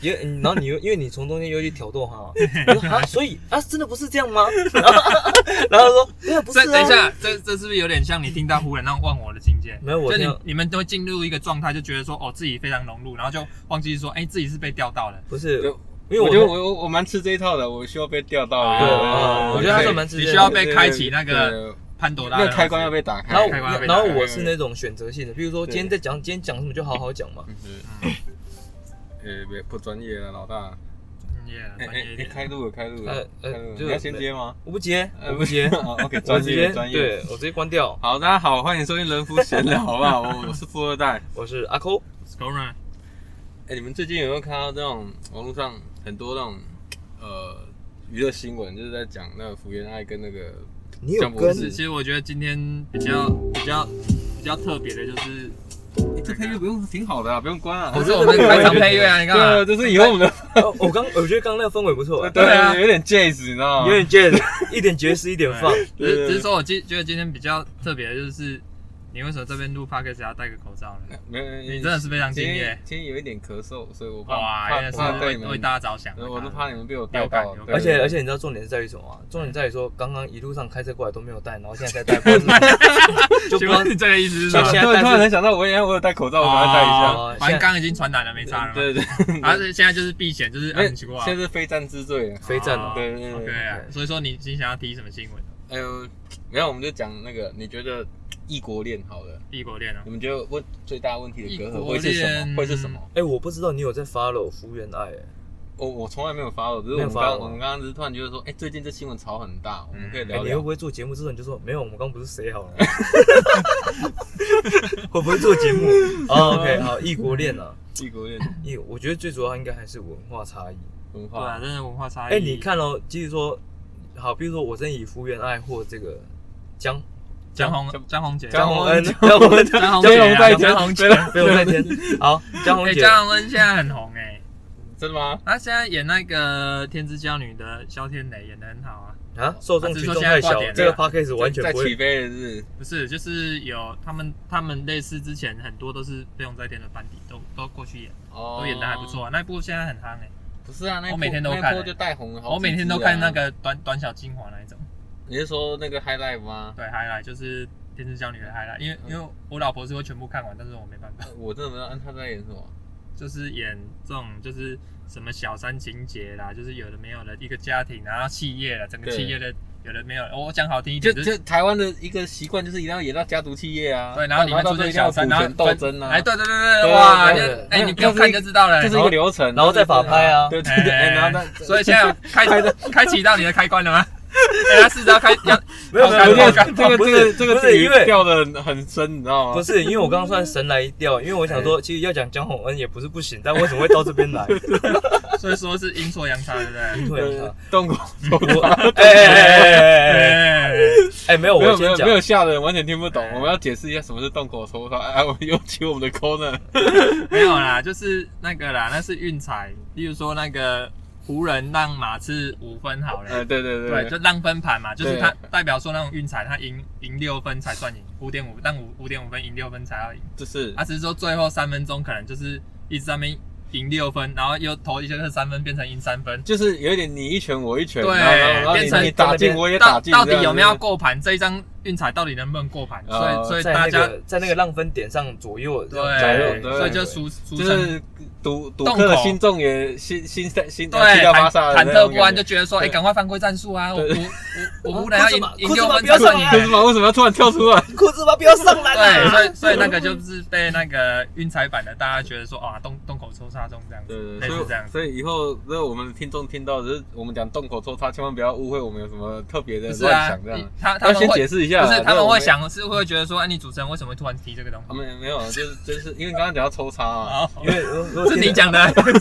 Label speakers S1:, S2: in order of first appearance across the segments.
S1: 因 为然后你又因为你从中间又去挑逗他，我说啊，所以啊，真的不是这样吗？ 然后然后他说对啊，不是、
S2: 这
S1: 啊。
S2: 等一下，这这是不是有点像你听到忽然那种忘我的境界？
S1: 没有我
S2: 就你
S1: 听到
S2: 你们都会进入一个状态，就觉得说哦自己非常融入，然后就忘记说哎自己是被钓到的。
S1: 不是
S3: 就，
S1: 因为
S3: 我觉得
S1: 我
S3: 我我我蛮吃这一套的，我需要被钓到
S2: 哦
S3: 的。对对
S1: 哦
S3: 对
S1: 我觉得他
S3: 对
S1: 算蛮直接的
S2: 你需要被开启那个
S3: 对
S2: 潘多拉
S3: 那
S2: 的
S3: 个开关要被打开。
S1: 然后
S2: 开关要被
S1: 然后
S2: 打开
S1: 我是那种选择性的，比如说今天在讲今天讲什么就好好讲嘛。
S3: 就是
S2: 嗯
S3: 呃，别不专业了，老大。
S2: Yeah，
S3: 哎
S2: 专业一
S3: 哎，
S2: 点
S3: 开路了，开路了
S1: 呃，呃
S3: 开路了
S1: 就
S3: 你要先接吗？
S1: 我不接，
S3: 呃，
S1: 我不接
S3: 哦 OK，
S1: 我
S3: 专
S1: 直
S3: 业
S1: 接
S3: 专业。
S1: 对我直接关掉。
S3: 好，大家好，欢迎收听《人夫闲聊》，好不好？我我是富二代。
S1: 我是阿抠，
S3: 嗯
S2: Scorer
S3: 哎、你们最近有没有看到这种网络上很多那种呃娱乐新闻，就是在讲那个福原爱跟那个
S1: 你有
S3: 江博
S1: 跟
S3: 士
S2: 是，其实我觉得今天比较比较比较特别的就是，
S3: 欸这配乐不用挺好的啊，不用关啊。
S2: 不是我们开场配乐啊，你看嘛
S3: 对，，这是以后我们的，
S1: 哦我刚我觉得刚刚那个氛围不错
S3: 对
S2: 啊
S3: 啊，有点 jazz，你知道吗
S1: 有？点 jazz，一点爵 士，一点放。
S2: 只是只是说我今觉得今天比较特别的就是，你为什么这边录 podcast 要戴个口罩呢？
S3: 没有，
S2: 你真的是非常
S3: 今
S2: 敬业
S3: 天，今天有一点咳嗽，所以我怕
S2: 哇，
S3: 怕
S2: 真的
S3: 怕
S2: 是
S3: 对
S2: 为
S3: 你
S2: 为
S3: 们，
S2: 大家着想，
S3: 我都怕你们被我带
S2: 流感
S3: 到
S2: 流，感
S3: 对
S1: 而且
S3: 对
S1: 而且你知道重点是在于什么吗？重点在于说，刚刚一路上开车过来都没有戴，然后现在再戴，不知道 是就不
S2: 请
S1: 知道
S2: 问是这个意啊思是
S3: 对
S2: 什
S1: 而
S2: 么
S1: 且？
S3: 对，突然能想到我也我有戴口罩，我赶快戴一
S1: 哦
S2: 反正刚刚已经传染了，没差
S3: 下。
S2: 了嘛。
S3: 对对，
S2: 而且现在就是避险，就是
S3: 没
S2: 很奇怪。啊
S3: 现在是非战之罪啊。
S1: 非战哦
S3: 对对对
S2: OK 啊，所以说你你想要提什么新闻？
S3: 哎呦，没有，我们就讲那个，你觉得异国恋好了，
S2: 异国恋啊
S3: 你，们觉得问最大问题的隔
S2: 异
S3: 阂
S2: 国
S3: 会
S2: 恋
S3: 是什么？会是什么？
S1: 哎、我不知道你有在 follow 福原爱、欸，
S3: 我我从来没有发过，只是我
S1: 没有
S3: 们刚
S1: follow
S3: 我们刚刚只是突然觉得说，哎、最近这新闻炒很大，我们可以
S1: 哎、
S2: 嗯
S3: 聊
S1: 你会
S3: 聊。
S1: 不会做节目之后你就说没有？我们刚不是谁好了？ 会不会做节目、o k 好，异国恋啊，
S3: 异国恋
S1: 异，我觉得最主要应该还是文化差异。
S3: 文
S2: 对啊，
S3: 化，
S2: 真的文化差异。
S1: 哎、你，看哦，即使说好，比如说我真以福原爱或这个江
S2: 江宏江宏杰，
S1: 江
S3: 宏
S1: 宏恩，江宏恩，
S2: 江宏
S3: 江
S2: 杰
S3: 宏在
S2: 啊，
S3: 天
S2: 江 宏杰。
S1: 不用再 添。好，江宏
S2: 哎，
S1: 姐，
S2: 江宏恩现在很红哎，
S3: 真的吗？
S2: 他现在演那个《天之娇女》的萧天蕾演的很好啊。
S1: 啊，受众群
S2: 只是说
S1: 众
S2: 现在
S1: 太
S2: 挂
S1: 小
S2: 点，
S1: 这个
S2: 了
S1: podcast 完全
S3: 在
S1: 不
S3: 起
S1: 会。
S3: 飞的日，
S2: 不是，就是有他们，他们类似之前很多都是备用在天的班底，都都过去演，
S3: 哦
S2: 都演的还不。错啊。那一部现在很夯哎，
S3: 不是啊，那一
S2: 我
S3: 波
S2: 每天都看欸
S3: 那一波就带红了好几只啊。啊
S2: 我每天都看那个短短小精华那一种。
S3: 你是说那个 High Life 吗？
S2: 对，highlight 就是《天之娇女》的 highlight，因为因为我老婆是会全部看完，但是我没办法，
S3: 我真的不知道他在演什么。
S2: 就是演这种就是什么小三情节啦，就是有的没有的一个家庭，然后企业了，整个
S3: 对
S2: 企业的有的没有的，我讲好听一
S3: 就
S2: 点就是。
S3: 就台湾的一个习惯，就是一定要演到家族企业啊。
S2: 对，然后你们
S3: 到
S2: 出
S3: 最
S2: 现
S3: 后一定要
S2: 小
S3: 有
S2: 三，
S3: 股
S2: 然后
S3: 权斗争啊。
S2: 哎，对对对对，
S3: 对
S2: 哇，就
S1: 对对
S2: 哎，
S3: 对
S2: 你不用看就知道了，
S3: 这是一个流程，
S1: 然后再法拍啊
S3: 对对 对，
S2: 哎
S3: 哎然后再
S2: 所以现在有开开启到你的开关了吗？ 哎，他是要开要
S1: 没有没有没有
S3: 这，个
S2: 啊
S3: 这个
S1: 不
S3: 这
S1: 是
S3: 个这个
S1: 不
S3: 自
S1: 是因为
S3: 己掉的很深，你知道吗？
S1: 不是，因为我刚刚算神来一调，因为我想说，其实要讲江宏恩也不是不行，但为什么会到这边来？
S2: 所以说是阴错阳差，对不嗯对？
S1: 对啊，
S3: 动过
S1: 我哎哎哎哎哎
S2: 哎，
S1: 哎，没有，我
S3: 没有没有
S1: 先讲
S3: 没，有吓的人完全听不懂
S2: 哎，
S3: 我们要解释一下什么是动口抽插。哎，我们有请我们的 corner，
S2: 没有啦，就是那个啦，那是运彩，例如说那个湖人让马刺五分好了。
S3: 呃，对对
S2: 对，
S3: 对
S2: 就让分盘嘛，就是它
S3: 对
S2: 代表说那种运彩，它赢赢六分才算赢，五点五让五五点五分赢六分才要赢。
S3: 就是
S2: 啊，只是说最后三分钟可能就是一直在那边赢六分，然后又投一些是三分变成赢三分，
S3: 就是有一点你一拳我一拳，
S2: 对
S3: 然后然后
S2: 变成
S3: 你你打进我也打
S2: 到
S3: 进，
S2: 到底有没有
S3: 这样子
S2: 过盘？这一张运彩到底能不能过盘？所
S3: 呃
S2: 以所以
S1: 在
S2: 大
S1: 那
S2: 家
S1: 个在那个浪分点上左右，
S2: 对，
S3: 对
S2: 所以就俗俗
S3: 就
S2: 称
S3: 是赌赌
S2: 动
S3: 客的
S2: 口
S3: 心中也心心在心
S2: 对
S3: 七到八
S2: 忐
S3: 煞的
S2: 忐
S3: 那
S2: 忑
S3: 种
S2: 不安，就
S3: 感觉。
S2: 觉得说，哎，
S3: 对
S2: 赶快犯规战术啊！我
S3: 对
S2: 我我
S1: 啊
S2: 我湖人要赢
S1: 库兹马
S2: 赢
S1: 库兹
S2: 六
S1: 马
S2: 分
S1: 不要
S2: 才算
S1: 上
S2: 赢
S1: 来
S3: 为
S2: 欸。
S3: 什么为什么要突然跳出来？
S1: 裤子吧，不要上来
S2: 对，所
S1: 啊！
S2: 以所以那个就是被那个运彩版的大家觉得说，哇，洞洞口抽插中这样子，类
S3: 对对，所
S2: 似这样
S3: 以
S2: 子。
S3: 所以以后如果我们的听众听到，就是我们讲动口抽插，千万不要误会我们有什么特别的
S2: 不是
S3: 乱
S2: 啊
S3: 想这样。，
S2: 他他
S3: 要
S2: 们
S3: 先解
S2: 会
S3: 释一下，
S2: 不是他
S3: 对
S2: 们
S3: 我
S2: 会想是会觉得说，哎，你主持人为什么会突然提这个东西？
S3: 啊，没没有，就是就是因为刚刚讲到抽插嘛，
S2: 哦，
S1: 因为如果如果
S2: 是你
S1: 听
S2: 讲的，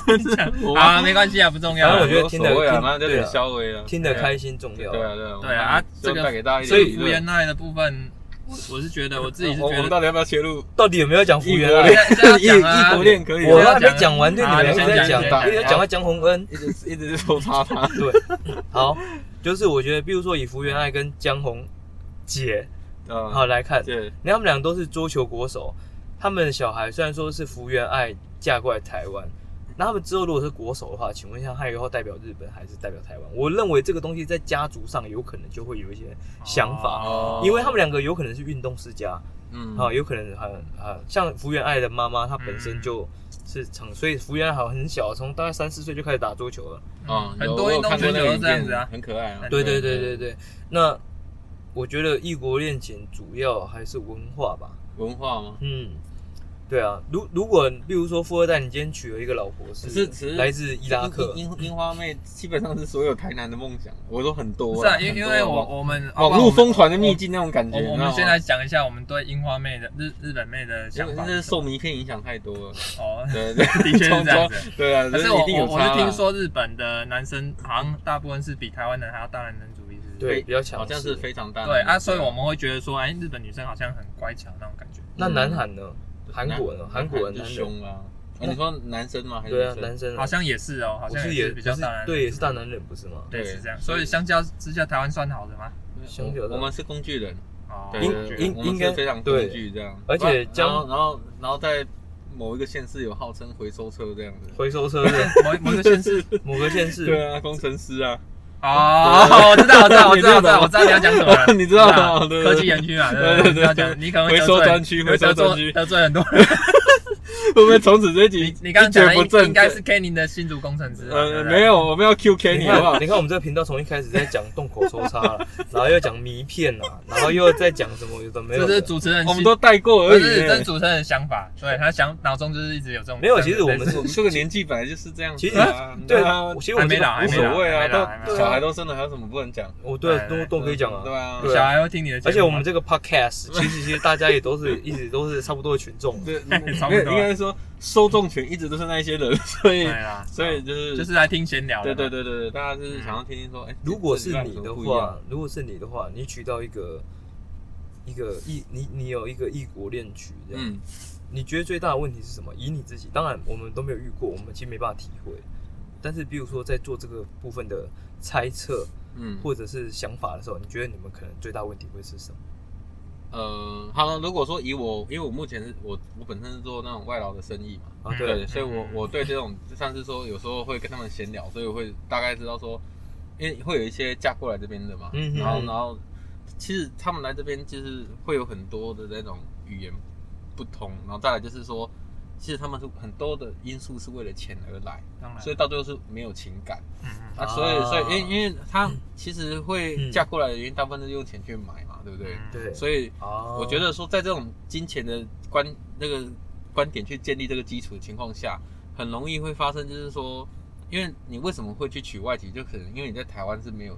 S2: 是你讲
S3: 我
S2: 好啊，没关系啊，不重要
S1: 反正
S2: 啊。
S1: 我觉得听得
S3: 无所谓啊，
S1: 听
S3: 反正就点稍微了，
S1: 听得开心重
S3: 对
S1: 要，
S3: 啊对啊
S2: 对啊啊
S3: 这
S2: 这个
S3: 个带给大家一
S2: 所
S3: 点
S2: 以
S3: 娱乐，
S2: 福原爱的部分，我我是觉得我自己是
S3: 我我
S2: 觉
S3: 们
S2: 得，
S3: 到底要不要切入
S1: 到底有没有讲福
S3: 异
S1: 原
S3: 国
S1: 爱？
S3: 恋
S2: 现在要？
S3: 异
S2: 讲啊
S3: 异国恋可以，
S1: 我
S2: 现在
S1: 还
S2: 讲
S1: 没讲完，对你
S2: 啊
S1: 们两
S2: 你
S1: 个
S2: 先
S1: 在讲
S2: 讲你先，
S3: 讲
S1: 一直在讲到江宏恩，
S3: 一直一直在抽插他，
S1: 对，好，就是我觉得，比如说以福原爱跟江宏姐
S3: 啊，
S1: 好来看，
S3: 对，
S1: 然后他们俩都是桌球国手，他们的小孩虽然说是福原爱嫁过来台湾，那他们之后如果是国手的话，请问一下，他以后代表日本还是代表台湾？我认为这个东西在家族上有可能就会有一些想法，
S3: 哦
S1: 因为他们两个有可能是运动世家，
S3: 嗯
S1: 啊，有可能很啊，像福原爱的妈妈，她本身
S2: 嗯
S1: 就是场，所以福原爱好很小，从大概三四岁就开始打桌球了。
S3: 啊，
S2: 很
S3: 有
S2: 多运动选手都这样子啊
S3: 我有看过那个影片很可爱啊。
S1: 对对对对，对，那我觉得异国恋情主要还是文化吧。
S3: 文化吗？
S1: 嗯，对啊，如如果比如说富二代，你今天娶了一个老婆
S3: 是只是
S1: 来自伊拉克，
S3: 樱樱樱花妹基本上是所有台南的梦想，我说很多
S2: 不
S3: 啊。
S2: 是啊，
S3: 很
S2: 因
S3: 多
S2: 因
S3: 啊
S2: 为我我们
S3: 网络疯传的秘
S2: 境。
S3: 境那种感觉，
S2: 我我
S3: 你知道
S2: 们
S3: 吗
S2: 先来讲一下我们对樱花妹的日日本妹的
S3: 因
S2: 想
S3: 为
S2: 法
S3: 那
S2: 是
S3: 是
S2: 什么。
S3: 受迷片影响 太多了。
S2: 哦，
S3: 对对，
S2: 的 确是这样子。
S3: 对啊，
S2: 可
S3: 这
S2: 是
S3: 一
S2: 我
S3: 定
S2: 我
S3: 有
S2: 我
S3: 差
S2: 是
S3: 啦
S2: 听，说日本的男生好像大部分是比台湾人还要大男人主义，是不是？
S1: 对比较强势，
S3: 好像是非常大的
S2: 对啊，所以我们会觉得说，哎，日本女生好像很乖巧那种感觉。
S1: 那南韩呢？韩国呢？
S3: 男
S1: 韩国
S3: 就
S1: 人
S3: 凶啊。哦
S1: 那
S3: 你说男生吗？还是
S1: 对啊，
S3: 女生
S1: 男生
S2: 好像也是哦，好
S1: 不
S2: 像
S1: 是
S2: 也
S1: 也
S2: 是比较大男人主义
S1: 对，也是大男人不是吗？
S2: 对
S3: 对
S2: 是这样。
S3: 所以
S2: 所以相较之下，台湾算好的吗？
S1: 相较的
S3: 哦我我们是工具人，
S2: 哦，
S3: 对
S1: 应
S3: 对对
S1: 应
S3: 我们
S1: 应
S3: 是
S1: 该
S3: 非常
S1: 对
S3: 工具这样。
S1: 而且
S3: 然
S1: 将
S3: 后然后然后在某一个县市有号称回收车这样子。
S1: 回收车是
S2: 某某个县市
S1: 某个县市，
S3: 对啊，工程师啊，。
S2: 哦，我知道，我知道，我知道，我知道，我知道你要讲什么了
S3: 你知道吗？对对
S2: 科
S3: 对
S2: 技园区嘛，对
S3: 对对
S2: 对对，要讲你可能会得
S3: 回收
S2: 罪
S3: 专区
S2: 会得
S3: 回收专
S2: 罪
S3: 区
S2: 得罪很多人。
S3: 会不会从此这一集
S2: 你你刚刚讲
S3: 一
S2: 的
S3: 蹶不振
S2: 应应该是 Kenny 的新竹工程师嘛，对
S3: 呃
S2: 不对
S3: 没，有，我们要 Q K
S1: 你
S3: 你好不好
S1: 看，？你看我们这个频道从一开始在讲洞口抽插 了，然后又讲迷片啊，然后又在讲什么有的没有
S2: 这是
S1: 的。
S2: 主持人
S3: 我们
S2: 心
S3: 都带
S2: 不
S3: 过
S2: 是
S3: 而
S2: 这是
S3: 已。欸
S2: 主持人的想法，对他想脑中就是一直有这种
S1: 没有其实我们
S2: 这
S1: 是
S2: 种
S3: 我们 这个年纪本来就是这样子
S1: 其实
S3: 啊，
S1: 对
S3: 啊，
S1: 其实我
S2: 还
S1: 们
S2: 没
S1: 这个
S2: 老，还
S3: 无
S2: 没老，
S3: 所谓啊，
S2: 还没老还没
S3: 都
S2: 老
S3: 小孩都生了，还有什么不能讲？
S1: 我对啊
S2: 对
S1: 都都可以讲
S3: 对
S1: 啊。
S3: 啊，
S1: 对
S2: 小孩会听你的节目吗，
S1: 而且我们这个 podcast 其实其实大家也都是一直都是差不多的群众，
S3: 对，
S2: 差不多啊
S3: 没有，应该说受众群一直都是那一些人，所以
S2: 对啦，
S3: 所以就是
S2: 就是来听闲聊的
S3: 对
S2: 嘛，
S3: 对对对对，大家就是想要听听说，哎，
S1: 嗯如果是
S3: 这礼
S1: 你
S3: 拜有什
S1: 的
S3: 么不一样
S1: 话，，如果是你的话，你娶到一个一个异，你你有一个异国恋曲这样，
S3: 嗯，
S1: 你觉得最大的问题是什么？以你自己，当然我们都没有遇过，我们其实没办法体会。但是，比如说在做这个部分的猜测
S3: 嗯，
S1: 或者是想法的时候，你觉得你们可能最大问题会是什么？
S3: 呃，好了，如果说以我，因为我目前是我我本身是做那种外劳的生意嘛，
S1: 啊，
S2: 嗯
S1: 对
S3: 对，所以我我对这种就像是说，有时候会跟他们闲聊，所以我会大概知道说，因为会有一些嫁过来这边的嘛，
S1: 嗯哼
S3: 然后然后其实他们来这边就是会有很多的那种语言不同，然后再来就是说，其实他们是很多的因素是为了钱而来，
S2: 当
S1: 嗯
S2: 然，
S3: 所以到最后是没有情感
S2: 嗯嗯
S3: 啊，所以所以因
S1: 啊
S3: 为因为他其实会嫁过来的原因，大部分都是用钱去买嘛，对不对？
S2: 嗯
S1: 对，
S3: 所以
S1: 啊，
S3: 我觉得说，在这种金钱的观那个观点去建立这个基础的情况下，很容易会发生，就是说，因为你为什么会去娶外籍，就可能因为你在台湾是没有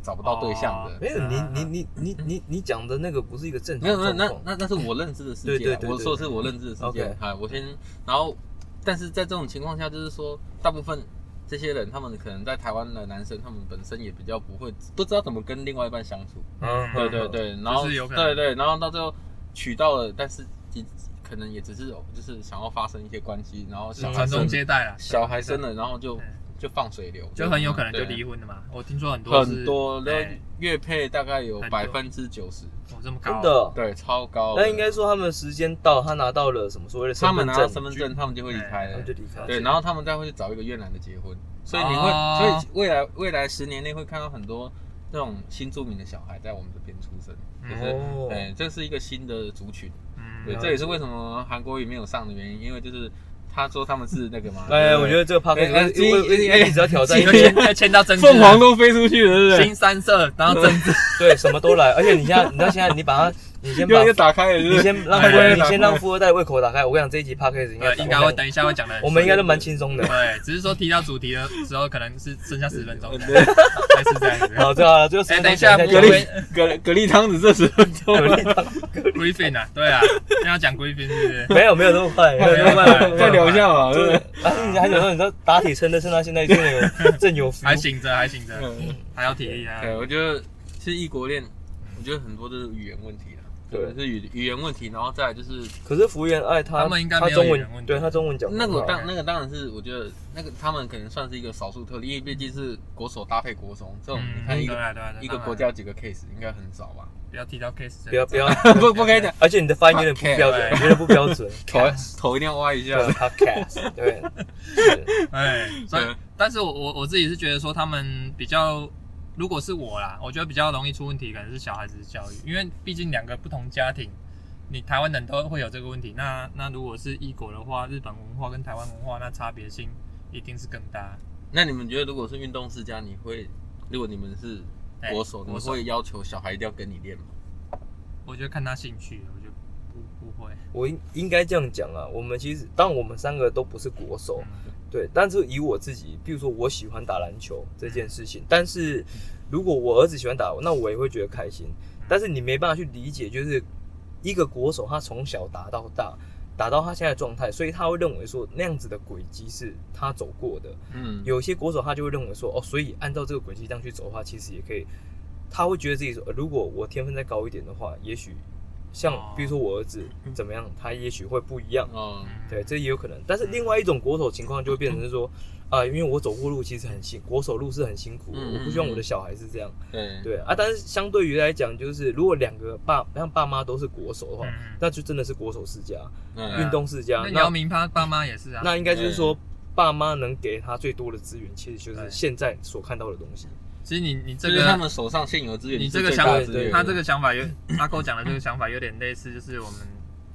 S3: 找不到对象的。
S1: 没有你你你你你你讲的那个不是一个正
S3: 嗯没
S1: 常
S3: 有没有，
S1: 状
S3: 那
S1: 况。
S3: 那那是我认知的世界
S1: 对
S3: 啊，
S1: 对对
S3: 我
S1: 对
S3: 说的是我认知的世界
S1: OK
S3: 啊。我先，然后，但是在这种情况下，就是说，大部分这些人，他们可能在台湾的男生，他们本身也比较不会，不知道怎么跟另外一半相处。
S1: 嗯
S3: 对对对，然后
S2: 就是有可能
S3: 对对，然后到最后娶到了，但是也可能也只是就是想要发生一些关系，然后小
S2: 嗯
S3: 孩
S2: 传宗
S3: 生
S2: 接代啦，
S3: 小孩生了，然后就
S2: 嗯
S3: 就放水流，
S2: 就很有可能就
S3: 对
S2: 离婚的嘛。我听说很多
S3: 很
S2: 是
S3: 多，那
S2: 哎
S3: 月配大概有
S2: 很多
S3: 百分之九十，
S2: 哦这么高
S1: 真
S2: 啊，
S1: 的。
S3: 对，超高的。
S1: 那应该说他们时间到，他拿到了什么所谓的
S3: 他
S1: 身
S3: 们
S1: 份
S3: 拿
S1: 证，
S3: 到身份证，他们就会离
S2: 哎
S3: 开
S1: 他
S3: 了
S1: 们。就离开了。啊
S3: 对，然后他们再会去找一个越南的结婚，所以你会，
S2: 哦
S3: 所以未来未来十年内会看到很多那种新住民的小孩在我们这边出生，就是，
S1: 哦，
S3: 哎，这是一个新的族群。
S2: 嗯
S3: 对，
S1: 了
S3: 这也
S1: 解
S3: 是为什么韩国语没有上的原因，因为就是他说他们是那个嘛。
S1: 哎，
S3: 对不
S1: 我
S3: 对
S1: 觉得这个 p o d
S3: 哎哎
S1: c a
S3: 哎哎
S1: 一直要挑战，
S2: 你
S1: 因
S2: 就
S1: 为
S2: 签就签到政治啊，
S3: 凤凰都飞出去了，对不对
S2: 新三色，然后政治，
S1: 对什么都来，而且你现在，你知道现在你把它，你先把
S3: 又又打开了，是不
S1: 你
S3: 是
S1: 先让
S2: 哎
S1: 富
S3: 哎
S1: 你先让富二代胃口打开。我跟你讲，这一集 p o d c a s 应该
S2: 对，应该会，等一下会讲的。
S1: 我们应该都蛮轻松的。
S2: 对，只是说提到主题的时候，可能是剩下十分 钟，
S3: 对
S2: 还是这样子。
S1: 好，最好了，最后
S2: 哎、
S1: 时
S2: 等一
S1: 间
S2: 下，
S1: 讲
S2: 我
S1: 一下
S3: 格
S1: 就
S3: 力
S2: 们
S3: 蛤蛤蜊汤只这十分钟
S1: 格
S3: 了，
S1: 力当
S2: Griffin 啊，对啊，现在要讲 Griffin 是不是？
S1: 没有没有那么快，没有那么快，
S3: 再聊一下嘛，
S1: 就
S3: 对
S1: 是
S3: 不对？
S1: 啊，你还想说，你知道打铁撑的撑到现在真 的有正有 feel
S2: 还醒着，还醒着，
S3: 嗯
S2: 还有体力啊。
S3: 对，我觉得其实异国恋，我觉得很多都是语言问题啦，
S1: 对
S3: 就是语语言问题，然后再来就是
S1: 可是福原爱她
S2: 他们应该
S1: 她
S2: 没有
S1: 哎中
S2: 语言问
S1: 文，
S2: 题
S1: 对她中文讲
S3: 那个
S1: 个
S3: 当那个当然是我觉得那个他们可能算是一个少数特例，因为毕竟是国手搭配国手，这种
S2: 嗯
S3: 你看一个
S2: 对啊对啊对啊
S3: 一个
S2: 当然
S3: 国家有几个 case 应该很少吧？
S2: 不要提到 case，
S1: 不要不要，
S3: 不不可以讲，
S1: 而且你的发音有点不标 准，有点不标准。
S3: 头头一定要挖一
S1: 对
S3: 下。
S1: ，podcast，对，
S2: 哎，所以
S3: 对
S2: 但是我我我自己是觉得说他们比较，如果是我啦，我觉得比较容易出问题，可能是小孩子的教育，因为毕竟两个不同家庭，你台湾人都会有这个问题。那那如果是异国的话，日本文化跟台湾文化那差别性一定是更大。
S3: 那你们觉得，如果是运动世家，你会，如果你们是
S2: 哎
S3: 国手，你
S2: 国
S3: 们
S2: 手
S3: 会要求小孩一定要跟你练吗？
S2: 我觉得看他兴趣，我就不不会。
S1: 我应应该这样讲啊。我们其实，当然我们三个都不是国手，
S2: 嗯
S1: 对，但是以我自己，比如说我喜欢打篮球这件事情，但是如果我儿子喜欢打，那我也会觉得开心。但是你没办法去理解，就是一个国手他从小打到大，打到他现在的状态，所以他会认为说那样子的轨迹是他走过的。
S3: 嗯，
S1: 有些国手他就会认为说，哦，所以按照这个轨迹这样去走的话，其实也可以。他会觉得自己说，呃如果我天分再高一点的话，也许像
S2: 哦
S1: 比如说我儿子怎么样，他也许会不一样。
S3: 哦，
S1: 对，这也有可能。但是另外一种国手情况就会变成是说，啊、因为我走过路其实很辛，国手路是很辛苦，
S3: 嗯
S1: 我不希望我的小孩是这样。
S3: 对，
S1: 对啊，但是相对于来讲，就是如果两个爸像爸妈都是国手的话，
S2: 嗯
S1: 那就真的是国手世家、
S3: 嗯，
S1: 运动世家。
S2: 那姚
S1: 啊那
S2: 明他爸妈也是啊，
S1: 那应该就是说，爸妈能给他最多的资源，其实就是现在所看到的东西。
S2: 其实你你这
S3: 这个他
S2: 个
S3: 们手上现有资源，
S2: 你这个
S3: 想法
S1: 想法对
S2: 他这个想法有阿狗讲的这个想法有点类似，就是我们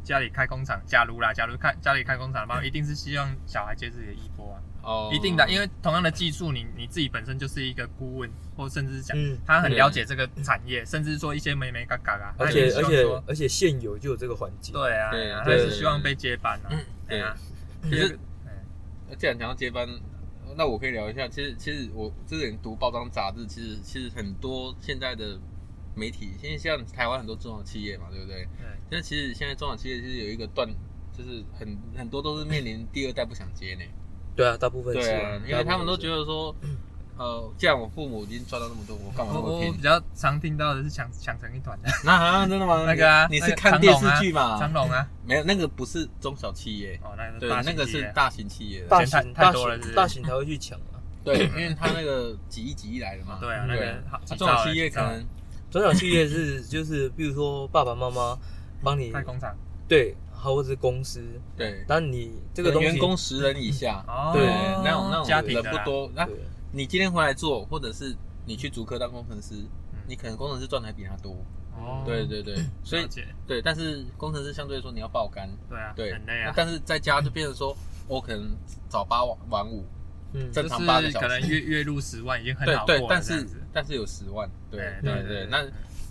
S2: 家里开工厂，假如啦，假如开家里开工厂的话，一定是希望小孩接自己的衣钵啊，
S3: 哦，
S2: 一定的，因
S3: 为
S2: 为同样的技术，你你自己本身就是一个顾问，或甚至是讲
S1: 嗯，
S2: 他很了解这个产业，甚至说一些美美嘎嘎啊，
S1: 而
S2: 他也
S1: 且
S2: 希
S1: 而
S2: 望
S1: 且
S2: 说
S1: 而且现有就有这个环境。
S2: 对啊，
S3: 对
S2: 对啊他
S3: 对嗯
S2: 是希望被接班啊，对啊，
S3: 可是
S2: 哎
S3: 既然讲到接班，那我可以聊一下。其实，其实我之前读报章杂志，其实其实很多现在的媒体，因为像台湾很多中小企业嘛，对不对？
S2: 对
S3: 但其实现在中小企业其实有一个断，就是很很多都是面临第二代不想接呢。
S1: 对啊，大部分是
S3: 对啊，因为他们都觉
S1: 得
S3: 得说，呃，既然我父母已经赚到那么多，我干嘛那
S2: 我
S3: 么
S2: 我
S3: 拼
S2: 比？较常听到的是抢抢成一团的
S3: 那啊，真的吗？
S2: 那个啊
S3: 你
S2: 那
S3: 是
S2: 个
S3: 看
S2: 长
S3: 电
S2: 隆
S3: 视
S2: 啊
S3: 剧嘛
S2: 长？龙啊，
S3: 没有，那个不是中小企业，
S2: 哦，那个
S3: 对，
S2: 大型
S3: 那个
S2: 企
S3: 是
S2: 业
S3: 大型企业的。
S1: 大
S2: 钱太
S1: 型
S2: 太
S1: 大
S2: 多了是不
S1: 型
S2: 是
S1: 大型才会去抢啊。
S3: 对，因为他那个几亿几亿来的嘛。
S2: 对啊，那
S3: 对
S2: 个
S3: 啊
S2: 好
S3: 这
S2: 几兆
S3: 种
S2: 了
S3: 企业可能
S1: 中小企业是就是，比如说爸爸妈妈帮
S2: 几
S1: 你
S2: 兆太工厂
S1: 对，或者是公司，
S3: 对
S1: 但你这
S3: 这
S1: 个东西
S3: 员工十人以下，
S2: 哦，
S1: 对
S3: 那种那
S2: 家
S3: 种
S2: 庭的
S3: 人不
S2: 啦，
S3: 多。那
S1: 对
S3: 你今天回来做，或者是你去竹科当工程师，你可能工程师赚的还比他多。
S2: 嗯哦
S3: 对，对对，所以
S2: 了解
S3: 对，但是工程师相对来说你要爆肝，
S2: 对啊，
S3: 对
S2: 很累啊，
S3: 但是在家就变 成说，我可能早八晚晚五，
S1: 嗯，
S2: 就
S3: 这正
S2: 是
S3: 常八个小时
S2: 可能月月入十万已经很
S3: 对
S2: 好过
S3: 对
S2: 了，
S3: 但
S2: 这样
S3: 是
S2: 子
S3: 但是有十万，对
S2: 对对
S3: 对
S2: 对，
S3: 对那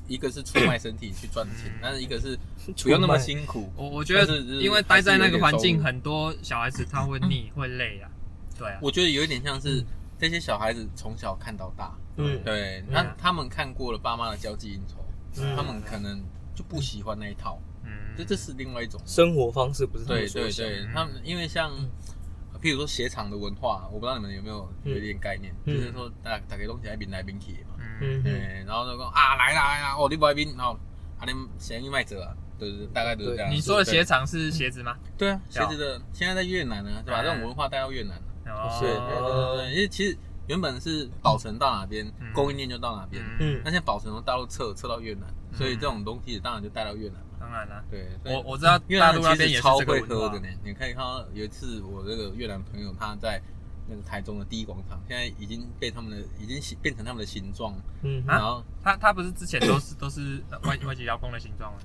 S3: 一个是出卖身体去赚钱
S2: 嗯，
S3: 但是一个是
S1: 出
S3: 不用那么
S1: 卖
S3: 辛苦。
S2: 我我觉得
S3: 但是就是
S2: 因为待在那个环
S3: 还是有点收
S2: 境，
S3: 入嗯
S2: 很多小孩子他会腻会累啊，对啊，
S3: 我觉得有一点像是这些小孩子从小看到大，
S1: 嗯
S3: 对，
S2: 嗯
S3: 那他们看过了爸妈的交际应酬，
S1: 嗯
S3: 他们可能就不喜欢那一套，
S2: 嗯
S3: 这这是另外一种。
S1: 生活方式不是他
S3: 对
S1: 们所
S3: 对
S1: 想，
S3: 对，他们因为像，譬如说鞋厂的文化，我不知道你们有没有
S1: 嗯
S3: 有一点概念，
S1: 嗯
S3: 就是说大大家东西爱冰来冰去的嘛，
S2: 嗯
S1: 嗯嗯
S3: 对，然后就说啊来啦来啦，哦你不爱冰，然后啊你们鞋衣卖者啊，对对，对大概都是这样。
S2: 你说的鞋厂是鞋子吗？
S3: 对啊，鞋子的现在在越南呢，对吧？
S2: 嗯
S3: 这种文化带到越南了。啊
S2: 哦
S1: 是
S3: 对，呃因为其实原本是保存到哪边，
S2: 嗯
S3: 供应链就到哪边。
S1: 嗯
S3: 那现在保存从大陆撤撤到越南，
S2: 嗯
S3: 所以这种东西当然就带到越南嘛。
S2: 当然啦，
S3: 对，所以
S2: 我我知道
S3: 越
S2: 大
S3: 南
S2: 陆
S3: 人
S2: 那
S3: 其
S2: 边
S3: 实
S2: 也是
S3: 超
S2: 这个
S3: 会
S2: 文
S3: 喝
S2: 化
S3: 的呢，。你可以看到有一次我这个越南朋友他在那个台中的第一广场，现在已经被他们的已经形变成他们的形状，
S1: 嗯
S2: 啊
S3: 然后
S2: 他他不是之前都是都是呃外外籍劳工的形状吗？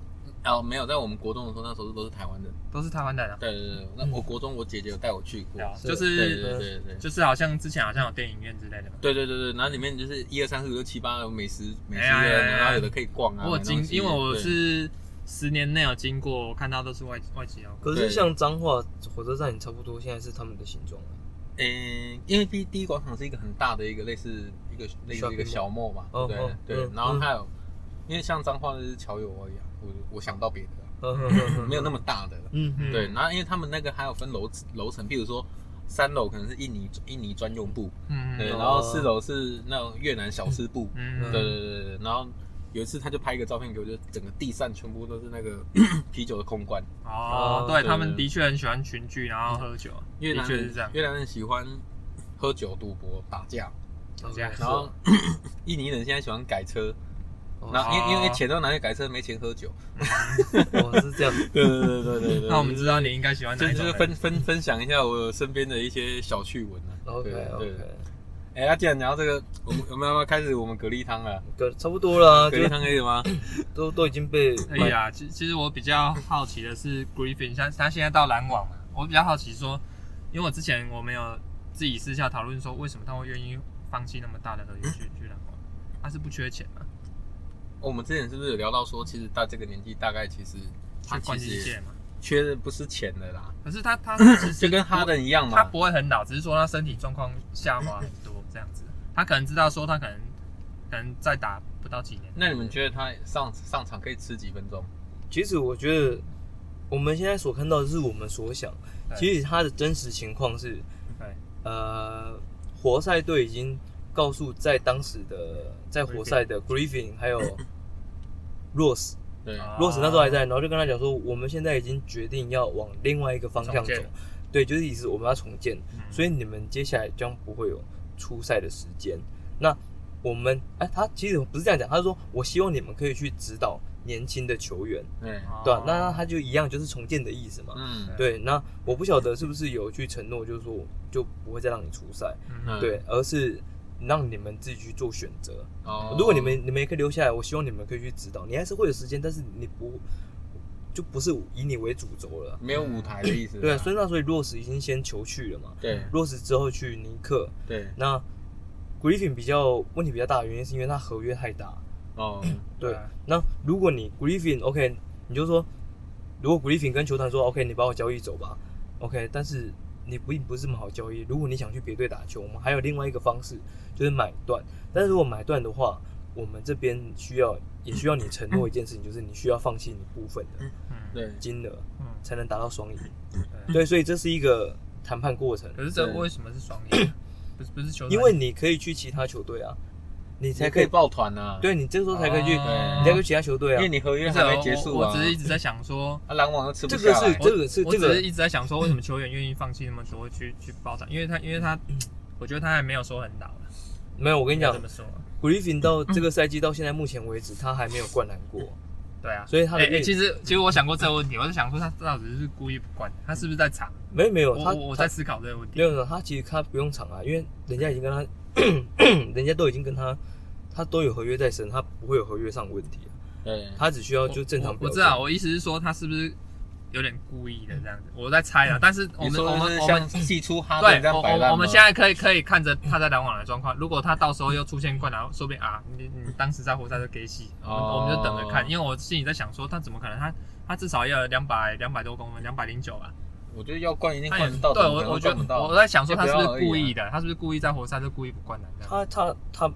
S3: 哦没有在我们国中的时候，那时候都是台湾人。
S2: 都是台湾人啊，
S3: 对对对，那我国中我姐姐有带我去过，
S2: 对啊
S1: 是
S2: 就
S3: 对对
S2: 是
S3: 对对对。
S2: 就是好像之前好像有电影院之类的嘛。
S3: 对对对对，然后里面就是一二三四五六七八有美食美食
S2: 哎呀哎呀
S3: 院，
S2: 哎呀
S3: 然后有的可以逛啊。
S2: 我有
S3: 买东
S2: 经，
S3: 西
S2: 因为我
S3: 对
S2: 是十年内有经过，我看到都是外外籍劳工。
S1: 可
S3: 对
S1: 是像彰化火车站，也差不多现在是他们的形状了。
S3: 诶，因为第第一广场是一个很大的一个类似一个类似一个
S1: Shopping mall
S3: 小 mall 嘛，对
S1: 哦
S3: 不对
S1: 哦
S3: 对
S1: 嗯，
S3: 然后还有因为像彰化就是侨友而已啊，我我想不到别的啊，
S1: 嗯嗯嗯嗯
S3: 没有那么大的。
S1: 嗯嗯
S3: 对，然后因为他们那个还有分楼楼层，譬如说三楼可能是印尼印尼专用部，
S2: 嗯，
S3: 对，
S1: 哦
S3: 然后四楼是那种越南小吃部，
S2: 嗯，
S3: 对对对对，然后。有一次，他就拍一个照片给我，就整个地上全部都是那个 啤酒的空罐，
S2: 哦，
S1: 对
S2: 对
S3: 对
S2: 他们的确很喜欢群聚，然后喝酒，
S3: 越
S2: 的
S3: 南
S2: 确
S3: 人
S2: 是这样。
S3: 越南人喜欢喝酒、赌博、打架，
S1: 嗯
S2: 这样
S1: 是
S3: 然后印尼人现在喜欢改车，
S1: 哦
S3: 那因
S2: 哦
S3: 为因为钱都拿去改车，没钱喝酒。
S1: 哦是这样，
S3: 对对对对对对。
S2: 那我们知道你应该喜欢哪
S3: 这
S2: 一
S3: 就
S2: 种
S3: 是
S2: 人。嗯
S3: 分分分享一下我身边的一些小趣闻啊。
S1: OK
S3: 对对
S1: OK，
S3: 对哎，那既然聊到这个，我们我们要不要开始我们蛤蜊汤了？
S1: 对，差不多啦，
S2: 啊
S1: 就
S3: 蛤蜊汤可以吗？
S1: 都都已经被
S2: 可以啊，其其实我比较好奇的是 Griffin，像他现在到篮网嘛，我比较好奇说，因为我之前我们有自己私下讨论说，为什么他会愿意放弃那么大的合约去去篮网？他是不缺钱嘛，
S3: 哦我们之前是不是有聊到说，其实到这个年纪，大概其实他
S2: 去
S3: 其
S2: 关系
S3: 实也
S2: 界嘛。
S3: 缺的不是钱的啦，
S2: 可是他他 其实
S3: 就跟哈登一样
S2: 他
S3: 嘛。
S2: 不会很老，只是说他身体状况下滑很多这样子。他可能知道说他可能可能再打不到几年。
S3: 那你们觉得他上上场可以吃几分钟？
S1: 其实我觉得我们现在所看到的是我们所想，
S2: 对
S1: 其实他的真实情况是，
S2: 对
S1: 呃，活塞队已经告诉在当时的在活塞的 Griffin 还有 Rose，
S3: 对，
S2: 啊
S1: Rose 那时候还在，然后就跟他讲说，我们现在已经决定要往另外一个方向
S2: 重
S1: 走
S2: 建，
S1: 对，就是意思我们要重建，
S2: 嗯
S1: 所以你们接下来将不会有出赛的时间。那我们哎，他其实不是这样讲，他说我希望你们可以去指导年轻的球员，
S3: 对，
S2: 哦
S1: 对吧、那他就一样就是重建的意思嘛。
S3: 嗯，
S1: 对，那我不晓得是不是有去承诺，就是说我就不会再让你出赛，
S2: 嗯
S1: 对，而是让你们自己去做选择。
S3: 哦
S1: 如果你们你们也可以留下来，我希望你们可以去指导，你还是会有时间，但是你不就不是以你为主轴了。
S3: 没有舞台的意思啊，
S1: 对啊，所以那所以 Rose 已经先求去了嘛
S3: 对
S1: ，Rose 之后去尼克，
S3: 对
S1: 那 Griffin 比较问题比较大的原因是因为他合约太大。
S3: 哦，
S1: 对
S2: 啊，
S1: 那如果你 Griffin OK，你就说，如果 Griffin 跟球团说 OK，你把我交易走吧，OK，但是你不不是这么好交易。如果你想去别队打球，我们还有另外一个方式，就是买断。但是如果买断的话，我们这边需要也需要你承诺一件事情，就是你需要放弃你部分的
S2: 嗯
S3: 对
S1: 金额，
S2: 嗯
S1: 才能达到双赢。
S2: 对
S1: 对，所以这是一个谈判过程，
S2: 可是这为什么是双 赢？不是不是球队，
S1: 因为你可以去其他球队啊，你才
S3: 才
S1: 可
S3: 可以
S1: 以，
S3: 抱团啊，，
S1: 对你这时候才可以去，你
S2: 哦
S1: 才可以去其他球队
S3: 因
S1: 啊
S3: 为。你合约
S2: 不是
S3: 还没结束
S2: 我
S3: 啊
S2: 我，只是一直在想说，
S3: 啊，篮网又吃不
S1: 这
S3: 下
S1: 个是
S3: 来，
S1: 这个是
S2: 我
S1: 这
S2: 只
S1: 个
S2: 是一直在想说，为什么球员愿意放弃那么多去去包揽？因为他因为他，我觉得他还没有说很老了。
S1: 没有，我跟你
S2: 应该
S1: 讲
S2: 这，么说，
S1: Griffin 到
S2: 嗯
S1: 这个赛季到现在目前为止，他还没有灌篮过，
S2: 对啊。
S1: 所以他的
S2: 哎、哎
S1: 运
S2: 其实其实我想过这个问题，我是想说他到底是故意不管，他是不是在藏？
S1: 没有没有
S2: 我
S1: 他
S2: 我我
S1: 他
S2: 在思考这个问
S1: 没
S2: 题。
S1: 有没有他其实他不用场啊，因为人家已经跟他， 人家都已经跟他，他都有合约在身，他不会有合约上问题啊、
S3: 对，
S1: 他只需要就正常
S2: 我
S1: 表现。
S2: 我我知道，我意思是说他是不是有点故意的这样子？我在猜啊，但是我
S3: 你
S2: 们
S3: 说
S2: 我
S3: 的
S2: 们
S3: 是
S2: 我
S3: 像
S2: 们。
S3: 寄出哈登
S2: 对，
S3: 这
S2: 我
S3: 样摆
S2: 我
S3: 烂吗
S2: 我们现在可以可以看着他在篮网的状况，如果他到时候又出现灌篮，说不定啊，你你当时在活塞就给戏，我们
S3: 哦
S2: 我们就等着看，因为我心里在想说，他怎么可能他他至少要有两百两百多公分，两百零九吧，
S3: 我觉得要灌一定
S2: 他也
S3: 灌得到，
S2: 对
S3: 怎么可
S2: 我
S3: 能
S2: 我觉
S3: 灌不
S2: 得
S3: 到
S2: 我在想说他是不
S3: 要不要而
S2: 是
S3: 已啊
S2: 故意的，他是不是故意在活塞就故意不灌篮这样？
S1: 他他他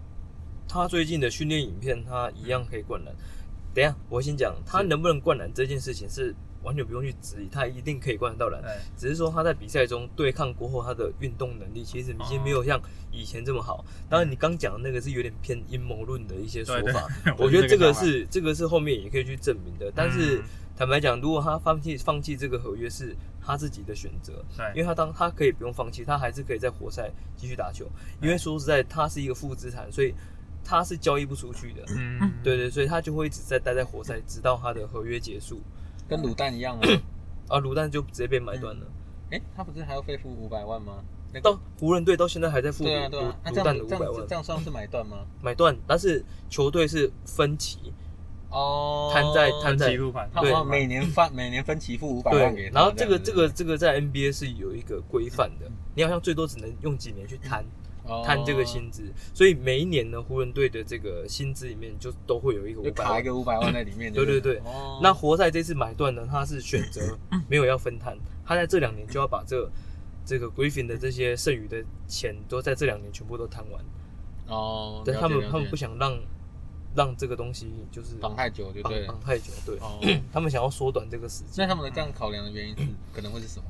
S1: 他最近的训练影片，他一样可以灌篮。等一下，我先讲他
S2: 是
S1: 能不能灌篮这件事情是完全不用去质疑，他一定可以灌得到篮。
S2: 对，
S1: 只是说他在比赛中对抗过后，他的运动能力其实已经没有像以前这么好。当然，你刚讲的那个是有点偏阴谋论的一些说 法，我觉得这个是这个是后面也可以去证明的。但是、
S2: 嗯
S1: 坦白讲，如果他放弃放弃这个合约是他自己的选择，因
S2: 对
S1: 为他当他可以不用放弃，他还是可以在活塞继续打球。因为说实在，他是一个负资产，所以他是交易不出去的。
S2: 嗯
S1: 对对，所以他就会一直在待在活塞，直到他的合约结束。
S3: 跟卤蛋一样吗？
S1: 啊，卢丹就直接被买断了。
S3: 哎，他不是还要费付五百万吗？那个
S1: 到湖人队到现在还在付
S3: 对啊
S1: 卤
S3: 对啊，那
S1: 卤
S3: 这
S1: 卤蛋的
S3: 样
S1: 五
S3: 这
S1: 百
S3: 样子
S1: 万
S3: 这样算是买断吗？
S1: 买断，但是球队是分期，
S3: 哦，
S1: 摊在摊在
S2: 记录版，
S3: 他好
S1: 对
S3: 像每年 发每年分期付五百万给
S1: 对，
S3: 他，
S1: 然后这个
S3: 样子
S1: 这个这个在 NBA 是有一个规范的，你好像最多只能用几年去摊
S3: 哦
S1: 摊这个，薪资，所以每一年呢，湖人队的这个薪资里面就都会有一个
S3: 哦
S1: 五
S3: 就
S1: 百
S3: 卡一
S1: 万。
S3: 个五百万在里 面。
S1: 对
S3: 对
S1: 对对
S3: 哦
S1: 那活塞这次买断呢，他是选择没有要分摊，他在这两年就要把这这个 Griffin 的这些剩余的钱都在这两年全部都摊完，
S3: 哦，
S1: 但
S3: 了解
S1: 他们
S3: 了解
S1: 他们不想让让这个东西就是
S3: 绑太久，就
S1: 绑
S3: 对了
S1: 绑。太久，对，
S3: 哦，
S1: 他们想要缩短这个时
S3: 那
S1: 间。
S3: 他们的这样考量的原因是可能会是什么？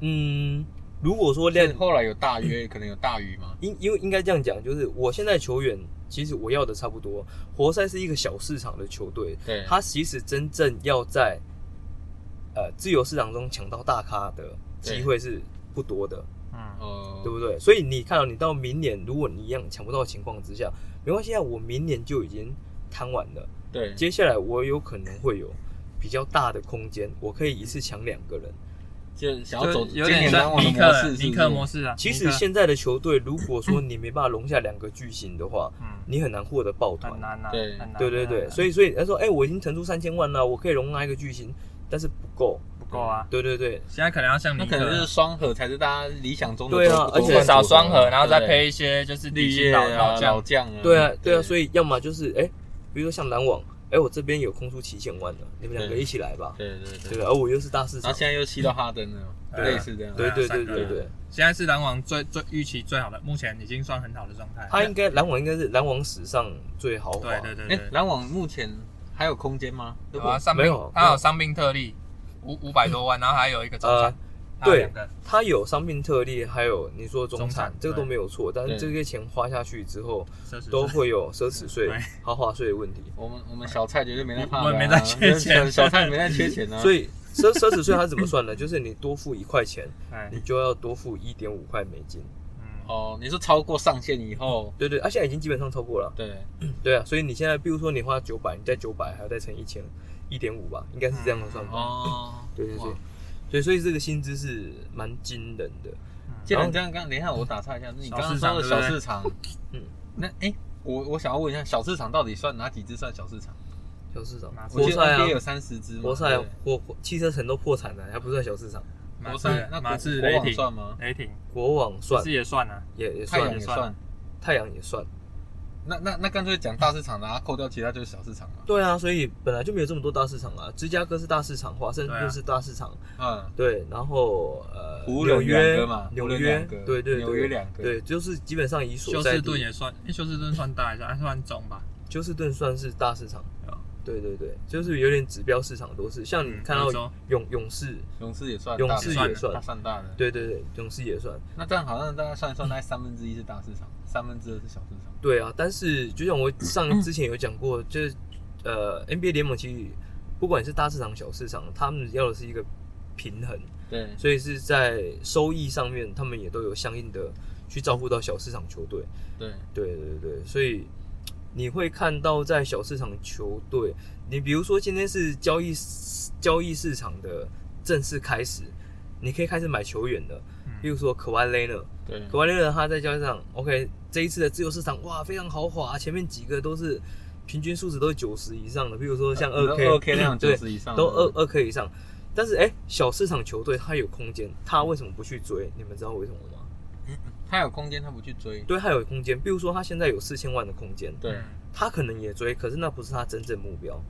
S1: 嗯，如果说
S3: 是
S1: 练，
S3: 后来有大约，可能有大于吗？
S1: 应因为应该这样讲，就是我现在球员其实我要的差不多。活塞是一个小市场的球队，
S3: 对，
S1: 他其实真正要在呃自由市场中抢到大咖的机会是不多的，
S2: 嗯，
S3: 哦，
S1: 对不对？所以你看到、你啊到明年，如果你一样抢不到的情况之下，没关系啊，我明年就已经摊完了。
S3: 对，
S1: 接下来我有可能会有比较大的空间，我可以一次抢两个人。
S3: 就想要
S2: 就
S3: 走
S2: 有
S3: 今
S2: 点
S3: 年
S2: 像
S3: 篮网的
S2: 尼
S3: 模
S2: 克
S3: 式，
S2: 尼克模式啊。
S1: 其
S2: 尼
S1: 实
S2: 克
S1: 现在的球队，如果 说你没办法容下两个巨星的话，
S2: 嗯
S1: 你很难获得抱团
S2: 很。难啊，
S3: 对
S2: 很难
S1: 对对对，所
S2: 以
S1: 以所以他说，哎、我已经腾出三千万了，我可以容纳一个巨星，但是不够。
S2: 不够啊。
S1: 对对对，
S2: 现在可能要像
S3: 那
S2: 尼
S3: 可
S2: 克，
S3: 能就是双核才是大家理想中的
S1: 对啊
S3: 夺
S1: 而且
S2: 至少双核，然后再。
S3: 夺冠组合对
S2: 配一些就是
S3: 绿
S2: 底薪
S3: 叶
S2: 老
S3: 啊、
S2: 老
S3: 老
S2: 将，
S3: 将啊，
S1: 对啊对啊，所以要么就是哎、比如说像篮网，哎、我这边有空出七千万的，你们两个
S3: 对
S1: 一起来吧。
S3: 对对
S1: 对
S3: 对，
S1: 而、我又是大市
S3: 然
S1: 场
S3: 后。现在又吸到哈登了，
S2: 对啊
S3: 类似这样，
S1: 对对对
S2: 三个
S1: 对对，
S2: 现在是篮网最最预期最好的，目前已经算很好的状态。
S1: 他应该篮网应该是篮网史上最豪华。
S2: 对对对
S3: 哎
S2: 对，，
S3: 篮网目前还有空间吗？如
S2: 对
S3: 果
S2: 吧？伤
S1: 没
S2: 病
S1: 有
S2: 他有啊伤病特例，五五百多万，然后还有一个中
S1: 呃
S2: 产，还有
S1: 对
S2: 两个
S1: 他有伤病特例，还有你说中
S2: 中产
S1: 产，这个都
S2: 对
S1: 没有错，但是这
S3: 对
S1: 些钱花下去之后，
S2: 奢侈税
S1: 都会有奢侈税
S2: 对、
S1: 豪华税的问题。
S3: 我们我们小蔡绝对没在怕的啊，
S2: 我们没 在缺钱
S3: 小蔡没在缺钱啊，
S1: 所
S3: 以
S1: 以奢奢侈税它怎么算呢？ 就是你多付一块钱，
S2: 哎
S1: 你就要多付一点五块美金。
S2: 嗯
S3: 哦，你说超过上限以后，
S1: 对对，啊，现在已经基本上超过了。
S3: 对，
S1: 对啊，所以你现在比如说你花九百，你在九百还要再乘一千一点五吧，应该是这样的算法。
S3: 哦，
S1: 对对对
S3: 哇，
S1: 所以所以这个薪资是蛮惊人的。
S3: 既然这样，刚等一下我打岔一下，你刚刚说的小市场，
S1: 嗯，
S3: 那哎，我我想要问一下，小市场到底算哪几只算小市场？
S1: 小市场
S2: 哪，
S3: 我
S1: 活
S3: 记得
S1: 塞
S3: NBA 有
S1: 啊，
S3: 三十只嘛，
S1: 活塞
S3: 对
S1: 啊，或或汽车城都破产了，还不算小市场。
S2: 马
S3: 国
S2: 刺
S3: 赛那
S2: 马刺
S3: 国国
S2: 雷
S3: 网
S2: 霆
S3: 算吗？
S2: 雷霆
S1: 国网
S2: 其
S1: 算
S2: 实也算啊，
S1: 也也
S3: 太阳也
S1: 算，
S3: 算。
S1: 太阳也算。
S3: 那那那干脆讲大市场的啊，然后扣掉其他就是小市场嘛。
S1: 对啊，所以本来就没有这么多大市场啊。芝加哥是大市场，华盛
S2: 对啊
S1: 顿是大市场，
S3: 嗯，
S1: 对，然后呃，
S3: 湖
S1: 纽
S3: 人两
S1: 约
S3: 个嘛
S1: 纽
S3: 湖人
S1: 约
S3: 两个，
S1: 对对对，
S3: 纽约两个
S1: 对，就是基本上以所
S2: 休
S1: 在
S2: 斯
S1: 地
S2: 顿也算，诶休斯顿算大一算算重吧，
S1: 休斯顿算是大市场
S3: 哦
S2: 对
S1: 对
S2: 啊。
S1: 对对，就是有点指标市场都是，像你
S2: 嗯
S1: 看
S2: 欧
S1: 到
S2: 洲
S1: 勇勇士，
S3: 勇士也算，
S1: 勇
S3: 大的
S1: 士
S2: 算
S1: 也
S2: 的
S1: 算，
S3: 算大的。
S1: 对对对，勇士也算，
S3: 那这样好像大家算一算，大概三分之一是大市场，三分之二是小市场。
S1: 对啊。但是就像我上之前有讲过，就是呃 NBA 联盟其实不管是大市场小市场，他们要的是一个平衡，
S3: 对，
S1: 所以是在收益上面，他们也都有相应的去照顾到小市场球队。
S3: 对，
S1: 对对对，所以你会看到在小市场球队，你比如说今天是交易交易市场的正式开始，你可以开始买球员了。比
S2: 嗯，
S1: 如说可 a 雷 i
S3: 对，
S1: 可 a 雷 i 他在交易上，OK，这一次的自由市场哇非常豪华，前面几个都是平均数值都是九十以上的，比如说像二 K
S3: 二 K 那种九
S1: 对，
S3: 十以上的
S1: 都二二 K 以上。但是哎、小市场球队他有空间，他为什么不去追？你们知道为什么吗？
S3: 嗯他有空间，他不去追。
S1: 对，他有空间，比如说他现在有四千万的空间，
S2: 嗯
S3: 对，
S1: 他可能也追，可是那不是他真正目标。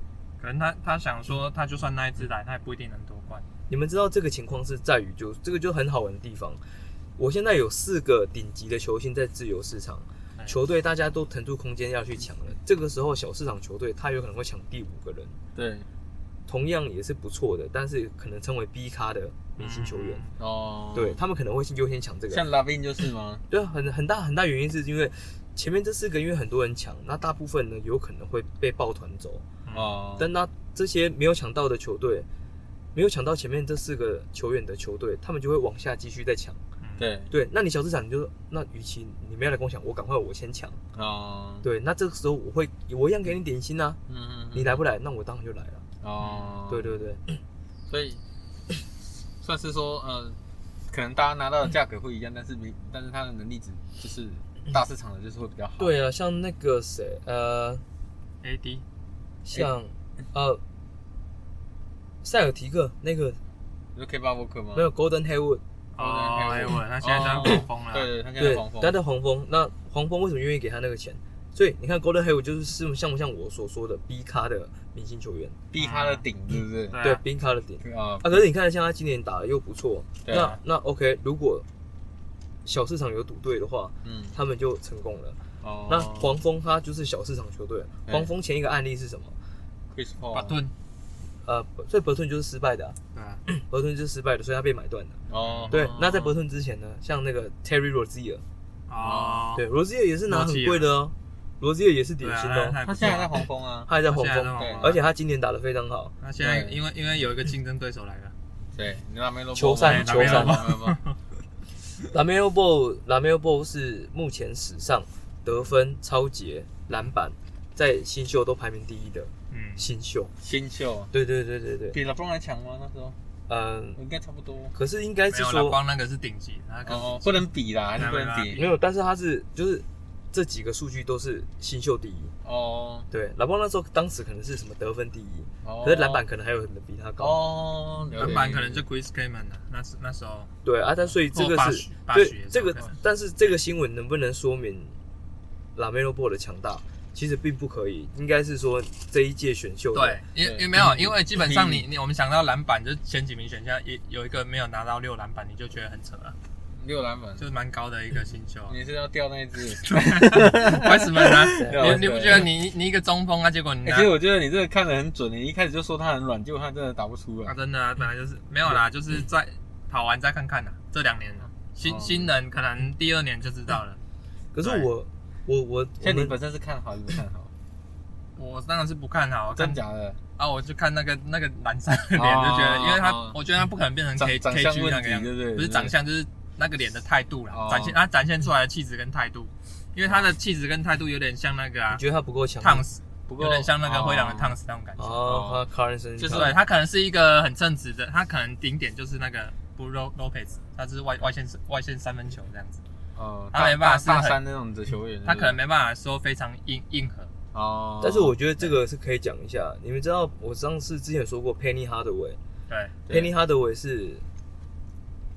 S2: 可能他他想说，他就算那一支来，他也不一定能夺冠。
S1: 你们知道这个情况是在于就，这个就很好玩的地方。我现在有四个顶级的球星在自由市场，
S2: 哎
S1: 球队大家都腾出空间要去抢了。这个时候，小市场球队他有可能会抢第五个人，
S3: 对，
S1: 同样也是不错的，但是可能称为 B 咖的明星球员，
S3: 哦，
S1: 对，他们可能会先优先抢这个人。
S3: 像 Lavin 就是吗？
S1: 对啊，很很大很大原因是因为前面这四个，因为很多人抢，那大部分呢有可能会被抱团走。
S2: 嗯
S3: 哦，
S1: 但那这些没有抢到的球队，没有抢到前面这四个球员的球队，他们就会往下继续再抢。
S2: 嗯，
S3: 对，
S1: 对，那你小市场你就那，与其你没有来跟我抢，我赶快我先抢。
S3: 哦，
S1: 对，那这个时候我会我一样给你点心啊，
S3: 嗯，嗯嗯
S1: 你来不来？那我当然就来了。
S3: 哦，
S1: 对对对，
S3: 所以算是说，呃，可能大家拿到的价格会一样，但是比但是他的能力值就是大市场的就是会比较好。
S1: 对啊，像那个谁，呃，
S2: ，AD
S1: 像呃塞尔提克那个
S3: 你说 K 巴沃克吗？
S1: 没有 Golden Hayward，
S2: 哦，
S3: 对
S2: 艾
S3: 对
S2: 文，他现在在
S3: 哦
S2: 黄蜂了，
S3: 对，对，他现在
S1: 对
S3: 黄蜂，，
S1: 他在黄蜂，那黄蜂为什么愿意给他那个钱？所以你看 Golden Hayward 就是是像不像我所说的 B 咖的明星球员，
S3: 逼他的顶，是不是？
S2: 对啊
S1: 对 B 咖的点。
S3: 啊，
S1: 啊，可是你看，像他今年打的又不错，
S3: 对
S1: 那
S3: 啊，
S1: 那 OK，如果小市场有赌对的话，
S3: 嗯，
S1: 他们就成功了。
S3: 哦，
S1: 那黄蜂他就是小市场球队，
S3: 对
S1: 黄蜂前一个案例是什么？
S3: Chris Paul，啊
S2: 巴顿，
S1: 呃，所以伯顿就是失败的啊、
S2: 对啊，
S1: 伯顿就是失败的，所以他被买断的。
S3: 哦，
S1: 对，那在伯
S3: 不
S1: 顿之前呢，像那个 Terry Rozier，
S2: 哦，
S1: 对，Rozier 也是拿很贵的哦，Rozier 也是顶
S2: 对啊，
S1: 薪
S2: 他
S1: 的哦，
S2: 他也
S3: 他
S2: 不
S3: 现在
S2: 错
S3: 还在
S2: 啊
S3: 黄蜂啊，
S1: 他还在黄
S2: 他现在在
S1: 蜂，
S2: 黄
S3: 对
S2: 蜂
S1: 而且他今年打得非常好。
S2: 他现在
S3: 对
S2: 因为因为有一个竞争对手来了，
S3: 对，你那边都啊
S1: 球赛
S2: 球赛
S3: 吗？
S1: Lamelo Ball，Lamelo Ball 是目前史上得分、超节、篮板在新秀都排名第一的
S2: 嗯，
S1: 新秀。
S3: 新秀
S1: 对对对对对，
S3: 比老庄还强吗？那时候
S1: 嗯，
S3: 应该差不多。
S1: 可是应该
S2: 没
S1: 是
S2: 有啦，
S1: 说
S2: 光那个是顶级，那个
S3: 哦，不能比啦，还是不能
S1: 没
S3: 比
S1: 有，但是他是就是这几个数据都是新秀第一。
S3: 哦。
S1: 对，老邦那时候当时可能是什么得分第一，
S3: 哦
S1: 可是篮板可能还有人比他高。
S3: 哦，了解
S2: 篮板可能就 Chris Kaman 了，那时那时候
S1: 对啊，但所以这
S2: 或
S1: 个
S2: 巴
S1: 是
S2: 许巴许
S1: 对
S2: 也是
S1: 这个
S2: 有可能，
S1: 但是这个新闻能不能说明拉梅洛波的强大？其实并不可以，应该是说这嗯一届选秀的
S2: 对，因
S3: 对
S2: 因为没有，
S3: 第一
S2: 因为基本上你你我们想到篮板，就是前几名选项也有一个没有拿到六篮板，你就觉得很扯了，
S3: 六篮板
S2: 就，是蛮高的一个新秀
S1: 嗯
S2: 啊。
S3: 你是要掉那一只？
S2: 为什 么呢？
S3: 对
S2: 你你不觉得你你一个中锋啊，结果你
S3: 欸
S2: 拿
S1: 哎
S3: 其实我觉得你这个看得很准，你一开始就说他很软，结果他真的打不出
S2: 啊
S3: 来。
S2: 真的啊，本来就是没有啦，就是在跑完再看看呐。这两年啊新
S3: 哦
S2: 新人可能第二年就知道了。
S1: 可是
S2: 对
S1: 我我我我
S3: 像你
S1: 们
S3: 本身是看好还是不看好？
S2: 我当然是不看好，我看
S3: 真假的？
S2: 啊，我就看那个那个蓝山的脸，就觉得，
S3: 哦
S2: 因为他
S3: 哦，
S2: 我觉得他不可能变成
S3: 长
S2: K
S3: 长
S2: K
S3: 相
S2: G 那
S3: 问
S2: 个
S3: 题，
S2: 样
S3: 对
S2: 子，
S3: 不对？
S2: 不是长相，就是那个脸的态度啦
S3: 哦，
S2: 展现他展现出来的气质跟态度，因为他的气质跟态度有点像那个啊
S1: 你，觉得他不够强吗？
S2: 烫死，
S3: 不过哦
S2: 有点像那个灰狼的烫
S3: 死。
S2: 死那种感觉。
S1: 哦，他 Carson
S3: 就是
S2: 对他可能是一个很称职的，他可能顶点就是那个 Bruno Lopez，他是外外线外线三分球这样子，
S3: 哦，
S2: 他没办法是
S3: 大
S2: 很
S3: 大三那种的球员，
S2: 他可能
S3: 对
S2: 没办法说非常硬硬核。
S3: 不对哦。
S1: 但是我觉得这个是可以讲一下。你们知道，我上次之前有说过 Penny Hardaway，Penny
S2: 对，
S3: 对
S1: Hardaway 是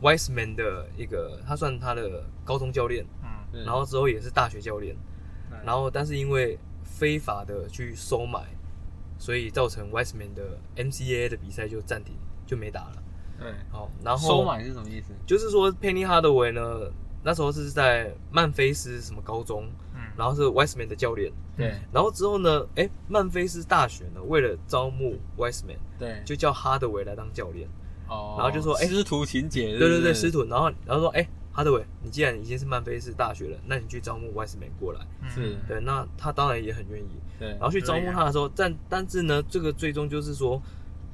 S1: Wiseman 的一个，他算他的高中教练，
S2: 嗯，
S3: 对
S1: 然后之后也是大学教练，
S2: 对
S1: 然后但是因为非法的去收买，所以造成 Wiseman 的 MCAA 的比赛就暂停，就没打了。
S3: 对
S1: 好，然后嗯
S3: 收买是什么意思？
S1: 就是说 Penny Hardaway 呢，那时候是在曼菲斯什么高中，
S2: 嗯，
S1: 然后是 Wiseman 的教练，
S3: 对
S1: 然后之后呢，哎，曼菲斯大学呢为了招募 Wiseman。
S3: 对，
S1: 就叫哈德韦来当教练。
S3: 哦，
S1: 然后就说哎
S3: 师徒情节，
S1: 对对
S3: 对
S1: 对，师，徒。然后然后说，哎、哈德韦，你既然已经是曼菲斯大学了，那你去招募 Wiseman 过来。
S2: 嗯
S3: 是
S1: 对，那他当然也很愿意。
S3: 对
S1: 然，后去招
S2: 对
S1: 募
S2: 啊
S1: 他的时候，但但是呢，这个最终就是说，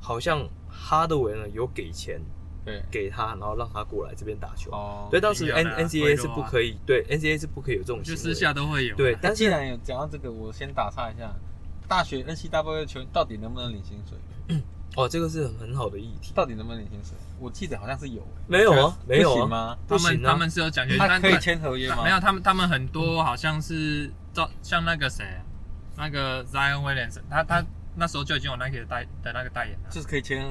S1: 好像哈德韦呢有给钱
S3: 对，
S1: 给他，然后让他过来这边打球。
S3: 哦，
S1: 对，当时
S2: 一样
S1: N
S2: 的啊
S1: N C A 是
S2: 贿赂
S1: 不
S2: 啊
S1: 可以，对 N C A 是不可以有这种行
S2: 就哎
S1: 为。
S2: 私下都会有。啊
S1: 对，，但
S3: 既
S1: 是
S3: 然有讲到这个，我先打岔一下，大学 N C W 球员到底能不能领薪水？
S1: 哦，这个是很很好的议题。
S3: 到底能不能领薪水？我记得好像是有、欸，
S1: 没有啊，没有
S3: 不行
S1: 啊，
S3: 吗？
S2: 他
S1: 不行
S2: 们
S1: 啊
S2: 他们是有奖学金，
S3: 他
S2: 但
S3: 可以签合约吗？
S2: 没有，他们他们很多好像是照像那个谁啊，那个 Zion Williamson，他他那时候就已经有 Nike 的代的那个代言了，
S3: 就是可以签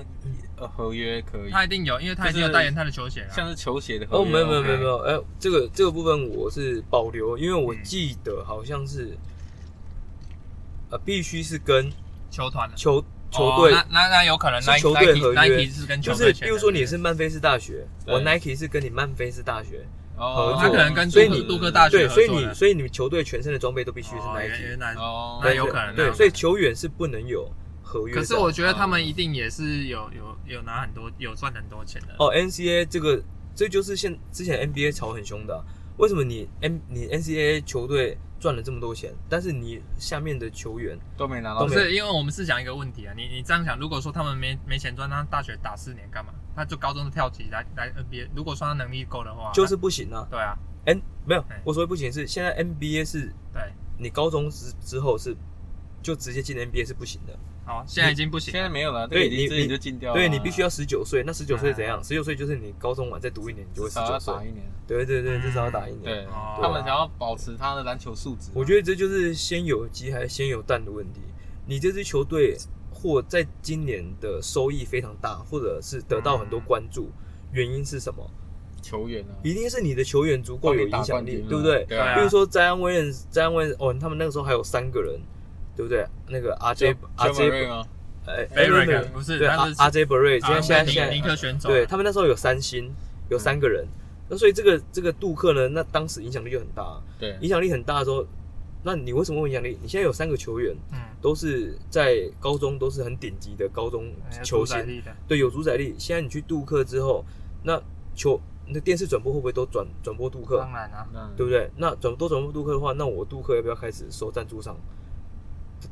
S3: 呃合约，可以，
S2: 他一定有，因为他已经有代言他的球鞋了。
S3: 像是球鞋的
S1: 哦，
S3: 合约。
S1: 没有没有没有
S3: OK
S1: 没有，哎、这个这个部分我是保留，因为我
S2: 嗯
S1: 记得好像是，呃，必须是跟
S2: 球团的
S1: 球球
S2: 哦
S1: 队，
S2: 那那那有可能
S1: 是
S2: Nike
S1: 球队合约
S2: Nike 是跟球
S1: 就
S2: 队
S1: 是
S2: 签的
S1: 比如说你是曼菲斯大学，
S3: 对
S1: 我 Nike 是跟你曼菲斯大学，合
S3: 哦
S1: 作，
S2: 他可能跟
S1: 所以
S2: 杜克
S1: 你
S2: 杜克大学
S1: 对，
S2: 合
S1: 所以
S2: 作
S1: 你
S2: 的。
S1: 所以你球队全身的装备都必须是
S2: 哦原
S1: Nike，、
S2: 原来
S3: 哦，
S2: 那有可能
S1: 对，
S2: 那
S1: 所以球员是不能有合约的。
S2: 可是我觉得他们一定也是有有有拿很多有赚很多钱的。
S1: 哦，NCA 这个，这就是现之前 NBA 吵很凶的啊、为什么你 N 你 NCA 球队赚了这么多钱，但是你下面的球员
S3: 都没拿
S2: 不
S3: 到
S1: 都没
S3: 钱，
S2: 是，因为我们是想一个问题啊，你你这样想，如果说他们没没钱赚，那大学打四年干嘛？他就高中就跳级来来 NBA，如果说他能力够的话，
S1: 就是不行啊
S2: 那对啊，
S1: N 没有
S2: 哎，
S1: 我所谓不行是现在 NBA 是
S2: 对，
S1: 你高中之之后是就直接进 NBA 是不行的，
S2: 好，现在已经不行
S3: 现在
S2: 了，
S3: 没有了，这
S1: 对
S3: 个已经
S1: 你
S3: 之前就禁掉了啊，
S1: 对你必须要十九岁，那十九岁
S2: 哎
S1: 怎样？十九岁就是你高中完再读一年，你就会
S3: 至
S1: 十
S3: 少要
S1: 九岁
S3: 打。一年。
S1: 对对对，至少要打一年。
S3: 对，
S2: 哦
S3: 他们想要保持他的篮球素质。啊
S1: 我觉得这就是先有鸡还是先有蛋的问题。你这支球队或在今年的收益非常大，或者是得到很多关注，原因是什么？
S3: 得球员啊，
S1: 一定是你的球员足够有影响力，对不对？
S3: 对
S2: 对啊
S1: 比如说詹恩威廉斯，詹恩威廉斯哦，他们那个时候还有三个人，对不对？那个 RJ
S3: 阿杰
S1: RJ
S3: 吗？
S1: 哎
S2: ，Barrett
S1: 没有没有
S2: 不是
S1: 对
S2: 他
S1: R
S2: 是
S1: RJ Barrett，现在
S2: 啊
S1: 现在
S2: 尼
S1: 现在
S2: 尼克选手，
S1: 对他们那时候有三星，有三个人，
S2: 嗯
S1: 那所以这个这个杜克呢，那当时影响力就很大，
S3: 对
S1: 影响力很大的时候，那你为什么会有影响力？你现在有三个球员
S2: 嗯，
S1: 都是在高中都是很顶级的高中球
S2: 球赛
S1: 星，
S2: 力的，
S1: 对，有主宰力。现在你去杜克之后，那球那电视转播会不会都转转播杜克
S2: 当？然啊，
S3: 嗯
S1: 对不对？那转都转播杜克的话，那我杜克要不要开始收赞助商？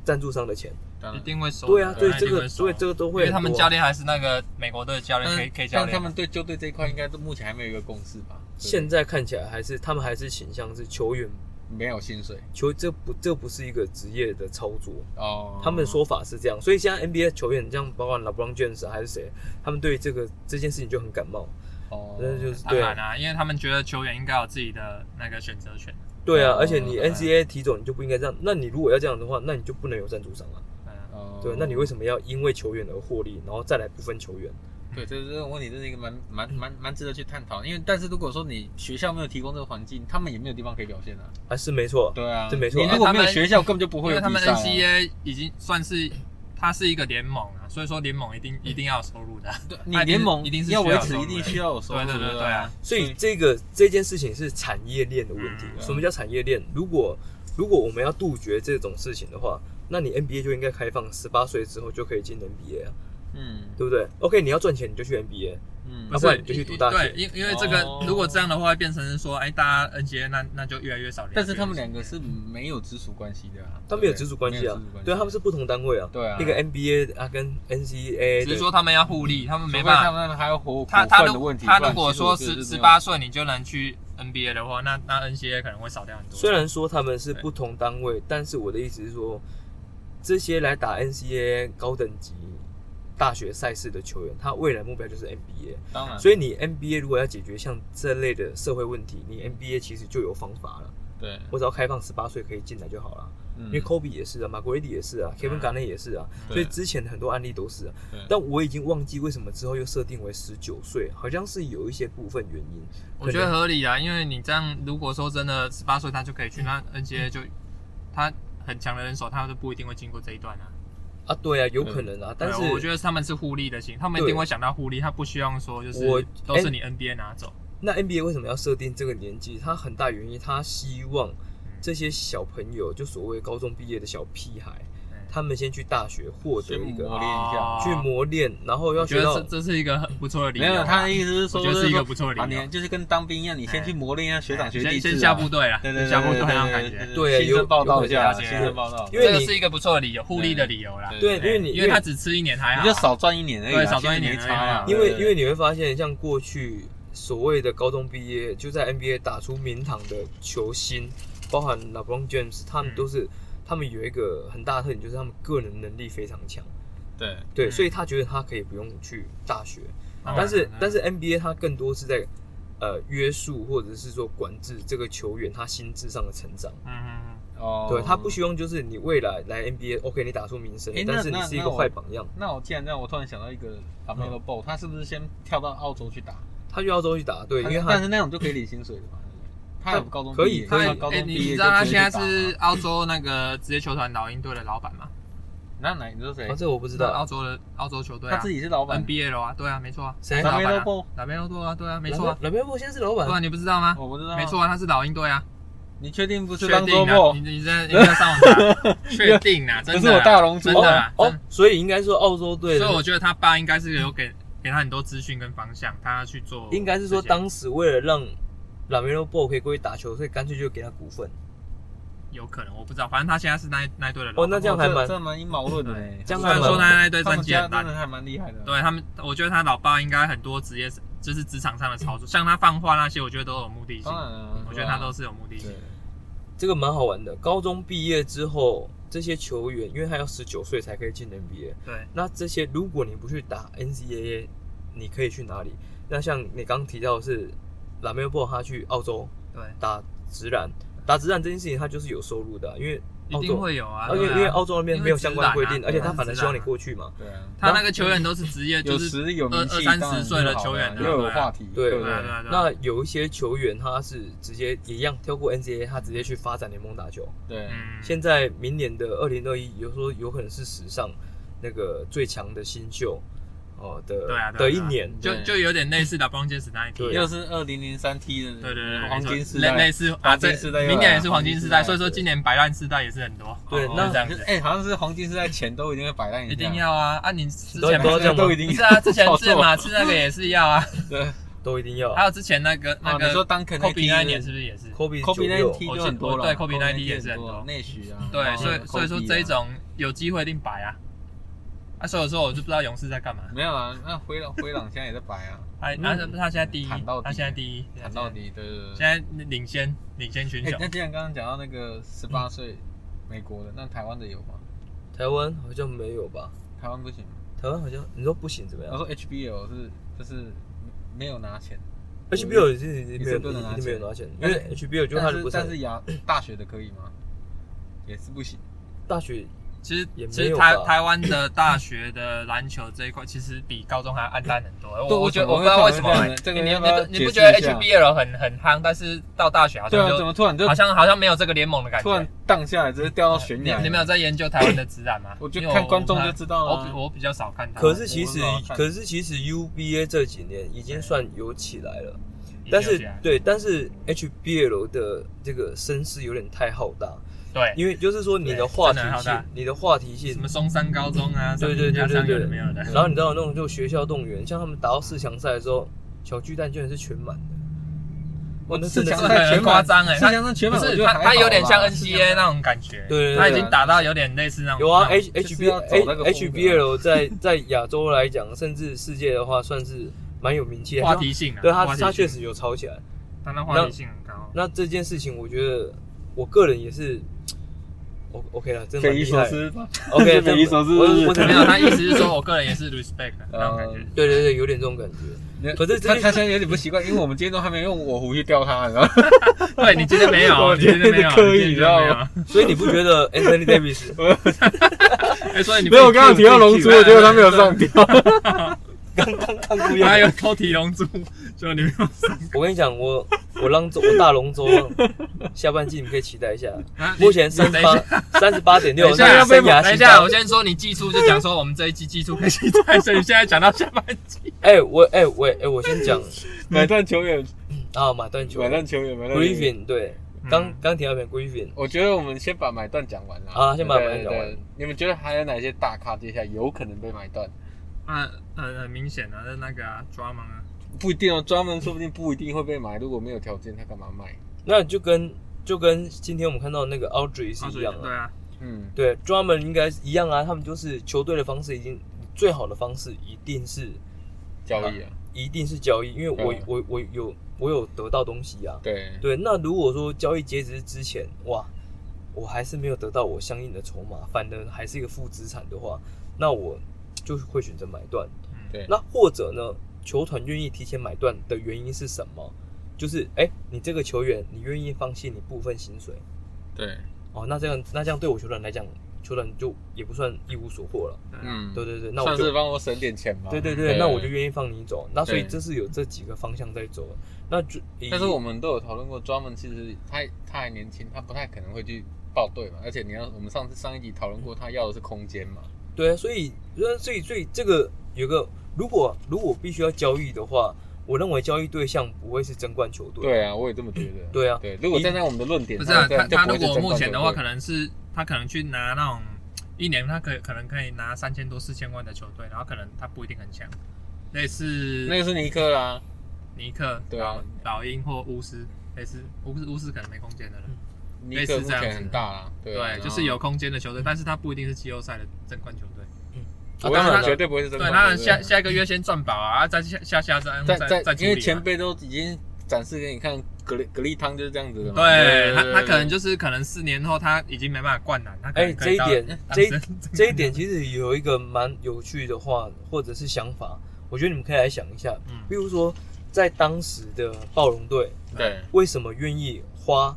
S1: 赞助商的钱，
S3: 当
S2: 一
S3: 然
S2: 定会收的，
S1: 对啊，对
S2: 那一
S1: 这
S2: 定
S1: 个，
S2: 会收
S1: 所以这个都
S2: 因
S1: 会
S2: 为
S1: 很多啊。
S2: 他们教练还是那个美国队教练
S3: 但
S2: K K 教
S3: 但他
S2: 练啊，
S3: 们对就对这一块应该都目前还没有一个共识吧？对
S1: 现在看起来还是他们还是倾向是球员
S3: 没有薪水
S1: 球这不这不是一个职业的操作，
S3: 哦。
S1: 他们的说法是这样，所以现在 NBA 球员，像包括 LeBron James 啊还是谁，他们对这个这件事情就很感冒。
S3: 哦，
S1: 那就是
S2: 当
S1: 对
S2: 然啦、因为他们觉得球员应该有自己的那个选择权。
S1: 对啊，
S3: 哦
S1: 而且你
S3: 对
S1: NCAA 提走，你就不应该这样。那你如果要这样的话，那你就不能有赞助商啊。
S2: 嗯，
S3: 哦
S1: 对，那你为什么要因为球员而获利，然后再来不分球员？
S3: 对，这这种问题，这是一个蛮蛮蛮蛮值得去探讨。因为，但是如果说你学校没有提供这个环境，他们也没有地方可以表现啊。
S1: 啊，是没错。
S3: 对啊，
S1: 这没错
S3: 你如
S2: 因
S3: 果没
S2: 为他
S3: 有
S2: 们
S3: 学校，根本就不
S2: 因
S3: 会有
S2: 为他们
S3: 比赛啊
S2: NCA 已经算是它是一个联盟啊，所以说联盟一
S1: 嗯
S2: 定一定要有收入的啊。
S3: 对你联盟
S2: 一定是
S3: 要
S2: 需要
S3: 维持，
S2: 有收入
S3: 一定需要有收入。
S2: 对对对
S3: 不
S2: 对啊，
S1: 所以这个这件事情是产业链的问题。啊
S2: 嗯
S3: 啊
S1: 什么叫产业链？如果如果我们要杜绝这种事情的话，那你 NBA 就应该开放十八岁之后就可以进 NBA 啊，
S3: 嗯
S1: 对不对？OK，你要赚钱你就去 NBA，
S3: 嗯
S1: 啊不然你就去读大学
S2: 对，因因为这个
S3: 哦
S2: 如果这样的话，会变成是说，哎，大家 NCA 那那就越来越少联系。
S3: 但是他们两个是没有直属关系的啊，
S1: 他们有直属关系啊
S3: 没有直属，
S1: 对，他们是不同单位啊。
S3: 对啊
S1: 那个 NBA 啊跟 NCAA，
S2: 只
S1: 的
S2: 是说他们要互利，他们
S3: 除
S2: 没
S3: 非
S2: 办
S3: 他
S2: 法。
S3: 们还有火
S2: 他
S3: 火
S2: 他
S3: 分的
S2: 如
S3: 问题。
S2: 他
S3: 不
S2: 如
S3: 然
S2: 果
S3: 其实
S2: 说
S3: 我觉得
S2: 十
S3: 是
S2: 十
S3: 没有
S2: 八岁你就能去 NBA 的话，那那 NCA 可能会少掉很多。
S1: 虽然说他们是不同单位，但是我的意思是说，这些来打 NCAA 高等级大学赛事的球员，他未来目标就是 NBA。
S3: 当然，
S1: 所以你 NBA 如果要解决像这类的社会问题，你 NBA 其实就有方法了。
S3: 对，
S1: 我只要开放十八岁可以进来就好了。
S3: 因
S1: 因为 Kobe 也是啊，马奎迪也是啊，Kevin Garnett 也是啊，
S3: 嗯对
S1: 所以之前的很多案例都是啊。但我已经忘记为什么之后又设定为十九岁，好像是有一些部分原因。
S2: 我觉得合理啊，因为你这样，如果说真的十八岁他就可以去，
S3: 嗯
S2: 那 NCA 就他很强的人手，他就不一定会经过这一段啊。
S1: 啊，对啊，有可能啊，但是
S2: 嗯哎对我觉得他们是互利的型，他们一定会想到互利，他不希望说就是
S1: 我
S2: 都
S3: 哎
S2: 是你 NBA 拿走。
S1: 那 NBA 为什么要设定这个年纪？它很大原因，他希望这些小朋友，就所谓高中毕业的小屁孩，他们先去大学获得一
S3: 去磨
S1: 个
S3: 练一
S2: 嗯
S3: 下
S2: 哎哦
S1: 去磨练，然后要
S2: 我觉
S1: 学
S2: 得
S1: 到
S2: 这这是一个很不错的理由
S3: 没
S2: 啊。
S3: 有他的意思是
S2: 我
S3: 说，
S2: 觉得
S3: 就是
S2: 一个
S3: 说
S2: 不错的
S3: 啊，
S2: 理由哎
S3: 你。就是跟当兵一样，你先去磨练一下学长学
S2: 先
S3: 弟制啊，
S2: 先下部队啊，
S3: 对，对对
S2: 先
S3: 对
S2: 下部队那种
S3: 对
S2: 感
S3: 对
S2: 觉。
S1: 对
S3: 新生报道一下，
S2: 有有
S3: 新生报道，
S1: 因为
S2: 这个
S1: 你
S2: 是一个不错的理由，互利的理由啦。
S1: 对，因为
S2: 哎
S1: 你
S2: 因为他只吃一年还好，
S3: 你就少赚一年而已啊，
S2: 对少赚一年
S3: 其实没差啊
S2: 而已
S1: 因为
S3: 对
S1: 因为你会发现，像过去所谓的高中毕业就在 NBA 打出名堂的球星，包含 LeBron James，他们
S2: 嗯
S1: 都是、他们有一个很大的特点，就是他们个人能力非常强。
S3: 对
S1: 对，
S2: 嗯
S1: 所以他觉得他可以不用去大学，
S2: 当然
S3: 哦
S1: 但是
S2: 当然
S1: 但是 NBA 它更多是在呃约束或者是说管制这个球员他心智上的成长。
S2: 嗯嗯嗯。
S3: 哦，
S1: 对他不希望就是你未来来 NBA，OK，、你打出名声
S3: 诶，那
S1: 但是你是一
S3: 那
S1: 个
S3: 那我
S1: 坏榜样。
S3: 那我既然这样，我突然想到一个 Carmelo b o 他是不是先跳到澳洲去打？
S1: 他就要周去打，对，因为
S3: 但
S1: 他
S3: 是那种就可以领薪水的嘛。他有高中
S1: 可以
S3: 毕业
S1: 可以
S3: 他高
S2: 哎，
S3: 中毕
S2: 你
S3: 业
S2: 知
S3: 就
S2: 道他
S3: 直
S2: 现在
S3: 接去打
S2: 是澳洲那个职业球团老鹰队的老板吗？
S3: 那哪？你说谁
S1: 啊，？这我不知道
S2: 澳洲的澳洲球队
S3: 他
S2: 啊
S3: 自己是老板。
S2: ，NBA 了啊，对啊，没错啊，
S1: 谁
S2: 老板
S3: 拉梅
S2: 啊
S3: 洛布，
S2: 拉梅洛布啊，对啊，没错啊，
S1: 老边布现在是老
S2: 对啊，
S1: 板，
S2: 你不知道吗？
S3: 我不知道。
S2: 没，错啊，他是老鹰队啊，
S3: 你确定不是
S2: 确
S3: 当周
S2: 定
S3: 末
S2: 啊，你？你在你在上网查，确定啊，真
S3: 不是
S2: 的
S3: 我
S2: 啊，
S3: 大龙珠
S2: 真
S3: 啊
S2: 的啊，
S1: 哦
S2: 真，
S1: 所以应该说澳洲队，
S2: 所以我觉得他爸应该是有给给他很多资讯跟方向，他要去做这些，
S1: 应该是说当时为了让老梅罗布可以过去打球，所以干脆就给他股份。
S2: 有可能，我不知道，反正他现在是那一那一队的
S1: 哦，
S2: 老板
S1: 那这样还蛮
S3: 这这蛮阴谋论的欸。
S1: 这样
S2: 虽
S1: 还
S2: 然
S1: 蛮
S2: 说他那一队
S3: 他
S2: 战
S3: 们
S2: 绩
S3: 家
S2: 很
S3: 真
S2: 烂
S3: 的，还蛮厉害的。
S2: 对他们，我觉得他老爸应该很多职业就是职场上的操作，像他放话那些，我觉得都有目的性
S3: 当。然啊，
S2: 我觉得他都是有目的性
S3: 对
S2: 的。
S1: 这个蛮好玩的。高中毕业之后，这些球员因为他要十九岁才可以进 NBA，
S2: 对，
S1: 那这些如果你不去打 NCAA，你可以去哪里？那像你刚刚提到的是拉梅波，他去澳洲
S2: 对，
S1: 打直男，打直男这件事情他就是有收入的啊、因为
S2: 一
S1: 澳
S2: 定
S1: 洲，
S2: 会有啊。
S3: 哦
S1: 而且
S2: 对啊
S1: 因为澳洲那边没有相关规定
S2: 因，为
S1: 而且
S2: 直男啊
S1: 他反正希望你过去嘛。
S3: 对啊，
S2: 他那个球员都是职业，
S3: 有
S2: 就是
S3: 实力有名气，
S2: 二二三十
S3: 当然是
S2: 岁的
S3: 好啊
S2: 球员啊
S3: 又有话题，
S1: 对
S3: 对
S2: 对
S3: 不
S2: 啊对啊对啊。
S1: 那有一些球员他是直接一样跳过 NCAA，他直接去发展联盟打球。
S3: 对，
S2: 嗯，
S1: 现在明年的二零二一，有说有可能是史上那个最强的新秀哦的
S2: 对啊对
S1: 的
S2: 啊
S1: 一年，
S2: 就就有点类似打 n 杰斯那一
S1: 对
S2: 题。
S3: 又是二零零三 T 的
S2: 对对对，
S3: 黄金时
S2: 类
S3: 代
S2: 类似啊，
S3: 黄
S2: 这
S3: 金时代又来
S2: 明年也是黄金时代，
S3: 黄金时代
S2: 所以说今年白烂时代也是很多。
S1: 对
S2: 哦
S1: 那
S2: 是这样子，
S3: 哎，好像是黄金时代前都一定会摆烂下
S2: 一定，要啊！啊，你之
S1: 都
S2: 前
S1: 都要这样吗
S3: 都一定
S2: 不是啊，之前
S3: 照
S2: 治
S3: 做
S2: 马刺那个也是要啊，
S3: 对。
S1: 都一定要。
S2: 还有之前那个那
S3: 啊，
S2: 个
S3: 你说当肯
S2: 科比那一年是不是也是？
S1: Kobe
S3: 科比那一
S1: 96
S3: 梯
S2: 我
S3: 就
S2: 记
S3: 很多了，
S2: 对，Kobe 那一
S3: 梯
S2: 梯也是很多
S3: 内需啊，
S2: 对，
S3: 然后
S2: 所以所以说
S3: Kobe 啊
S2: 这一种有机会一定摆啊。啊，所以说我就不知道勇士在干嘛。
S3: 没有啊，那灰狼灰狼现在也在白啊，
S2: 他他他现在第一，
S3: 砍到底
S2: 他现在第一，
S3: 谈到底的。
S2: 现在领先领先群
S3: 哎、
S2: 雄
S3: 那。既然刚刚讲到那个十八岁美国的，那台湾的有吗？
S1: 台湾好像没有吧？
S3: 台湾不行吗。
S1: 台湾好像你说不行怎么
S3: 我
S1: 样
S3: 说 HBL 是就是没有拿钱，
S1: ？HBO 也是一定没有
S3: 也是不能拿
S1: 一定没有拿钱，因
S3: 但是
S1: 为 HBO 就它
S3: 但
S1: 的
S3: 是
S1: 不
S3: 但
S1: 是
S3: 是牙大学的可以吗？也是不行。
S1: 大学
S2: 其实
S1: 也没有吧
S2: 其实台台湾的大学的篮球这一块，其实比高中还要暗淡很多。我我觉得
S3: 我
S2: 我不知道为什么、
S3: 我
S2: 欸
S3: 也，这个
S2: 你
S3: 要
S2: 你
S3: 不要
S2: 不你不
S3: 解
S2: 觉得
S3: 释一下
S2: HBL 很很夯，但是到大学好
S3: 对
S2: 像
S3: 啊，怎
S2: 就
S3: 么突然就
S2: 好像好像没有这个联盟的感
S3: 突
S2: 觉
S3: 然。荡下来，直接掉到悬
S2: 你
S3: 崖？？
S2: 你们有在研究台湾的职篮吗
S3: 我就
S2: 因为
S3: 看观众就知道
S2: 我
S3: 了
S2: 比。我比较少看台湾
S1: 可是
S2: 的。
S1: 其实
S3: 啊我不知道看
S1: 可是其实 UBA 这几年已经算有起来了，
S2: 研究
S1: 但是
S2: 起来
S1: 对，但是 HBL 的这个声势有点太浩大，
S2: 对，
S1: 因为就是说你的
S2: 对
S1: 话题
S2: 真的很浩
S1: 性
S2: 大，
S1: 你的话题性
S2: 什么松山高中啊，
S1: 对对对
S2: 上
S1: 对
S2: 有
S1: 对
S2: 的没有的。
S1: 然后你知道那种就学校动员，像他们打到四强赛的时候，小巨蛋居然是全满的。哇，那
S3: 四
S1: 真的是
S2: 哦
S3: 强
S2: 赛
S3: 赛
S2: 很
S3: 全
S2: 夸张欸
S3: 四强赛全
S2: 不
S3: 满，我
S2: 是
S3: 觉得
S2: 他，
S3: 还
S2: 他
S3: 好
S2: 啊有点像
S3: 啦
S2: NCA 那种感觉，
S1: 对对对
S2: 他已经打到有点类似那种。
S1: 有啊
S2: 那种
S1: ，H H
S3: 就是
S1: B
S3: 要走那个
S1: H
S3: 风格
S1: B L 在 在亚洲来讲，甚至世界的话，算是蛮有名气的。
S2: 话题性啊，
S1: 对他
S2: 话题性
S1: 他确实有炒起来。
S2: 但他话题性很高。
S1: 那这件事情，我觉得我个人也是，O OK 了，真的蛮
S3: 匪夷
S1: 厉
S3: 所
S1: 害。
S3: 思。啊
S1: OK，
S3: 匪夷所思
S1: 我我
S3: 是不
S1: 我
S3: 是
S2: 没有，他意思是说我个人也是 respect 的那种感觉。
S1: 对对对，有点这种感觉。可是这
S3: 他他现在有点不习惯，因为我们今天都还没用我胡去钓他，你知道吗？
S2: 对你今天没有，
S3: 我
S2: 你今天没有，
S3: 今天刻意
S2: 你今天没有。
S1: 所以你不觉得 Anthony Davis
S2: 哎，所以你
S3: 没有，我刚刚有提到龙珠，结果他没有上
S2: 对，
S3: 钓。
S1: 看姑
S2: 他
S1: 爷？
S2: 有偷提龙珠，就你没有上。
S1: 我跟你讲，我我让周我大龙周下半季你可以期待一下。
S2: 啊你
S1: 目前三十
S2: 等一下
S1: 八三十八点六，
S2: 等一
S1: 是
S2: 下，
S1: 生涯
S2: 等一
S1: 新
S2: 下，
S1: 高
S2: 我。先说你寄出就讲说我们这一季寄出可以期待，所以你现在讲到下半季，
S1: 哎，我哎我哎，我先讲
S3: 买断球员，
S1: 啊，马断球
S3: 买断球员，买断球员。
S1: ，Griffin 对，
S2: 嗯
S1: 刚刚提到边 Griffin，
S3: 我觉得我们先把买断讲完了
S1: 啊先把买断讲完。
S3: 对对对你们觉得还有哪些大咖接下来有可能被买断？
S2: 啊，很很明显啊，那那个啊，drama 啊，
S3: 不一定哦，专门说不定不一定会被买。如果没有条件，他干嘛卖？
S1: 那就跟就跟今天我们看到那个 Audrey
S2: 啊
S1: 是一
S2: 所以
S1: 样
S2: 对
S1: 啊，
S2: 啊，
S3: 嗯，
S1: 对，专门应该一样啊，他们就是球队的方式已经最好的方式一定是
S3: 交易啊，
S1: 一定是交易，因为我
S3: 嗯
S1: 我我有我有得到东西啊，
S3: 对，
S1: 对，那如果说交易截止之前，哇，我还是没有得到我相应的筹码，反而还是一个负资产的话，那我就会选择买断。
S2: 嗯
S3: 对
S1: 那或者呢，球团愿意提前买断的原因是什么？就是哎、诶你这个球员，你愿意放弃你部分薪水
S3: 对，
S1: 哦，那这样那这样对我球团来讲，球团就也不算一无所获了。
S2: 对啊
S3: 嗯，
S1: 对对对，那我
S3: 算
S1: 就是
S3: 帮我省点钱吧。
S1: 对对
S3: 啊对
S1: 对，那我就愿意放你走。那所以
S3: 对
S1: 这是有这几个方向在走，那就以
S3: 但是我们都有讨论过，专门其实他他还年轻，他不太可能会去报队嘛。而且你要，我们上次上一集讨论过，他要的是空间嘛。
S1: 对啊，所以呃所以所以这个有个，如果如果必须要交易的话，我认为交易对象不会是争冠球队。
S3: 对啊，我也这么觉得。
S1: 对啊
S3: 对，如果站在我们的论点，
S2: 不是啊，
S3: 这
S2: 他
S3: 样就
S2: 他
S3: 不
S2: 如
S3: 会
S2: 果
S3: 是
S2: 目前的话，可
S3: 争
S2: 能是他可能去拿那种一年，他可可能可以拿三千多、四千万的球队，然后可能他不一定很强，类似
S3: 冠球队那个是尼克啊啦，
S2: 尼克、
S3: 对啊
S2: 老老鹰或巫师，类似巫师巫师可能没空间的了，
S3: 尼克目前很大啦，嗯对啊，
S2: 对，就是有。空间的球队，但是他不一定是季后赛的争冠球队，
S1: 啊，
S3: 我
S1: 当然
S3: 想
S1: 了
S3: 绝对不会是争
S2: 对，
S3: 冠
S2: 当然
S3: 球队
S2: 下下一个月先赚饱啊，再下下下再
S3: 在
S2: 再
S3: 在
S2: 再
S3: 因
S2: 处
S3: 为
S2: 理啊
S3: 前
S2: 嘛
S3: 辈都已经展示给你看，格力格力汤就是这样子的嘛。
S2: 对他，他可能就是可能四年后他已经没办法灌篮，他可能
S1: 哎
S2: 可以
S1: 这
S2: 到
S1: 一点
S2: 当
S1: 这一
S2: 成
S1: 这一点其实有一个蛮有趣的话或者是想法，我觉得你们可以来想一下。
S2: 嗯
S1: 比如说，在当时的暴龙队
S3: 对
S1: 为什么愿意花，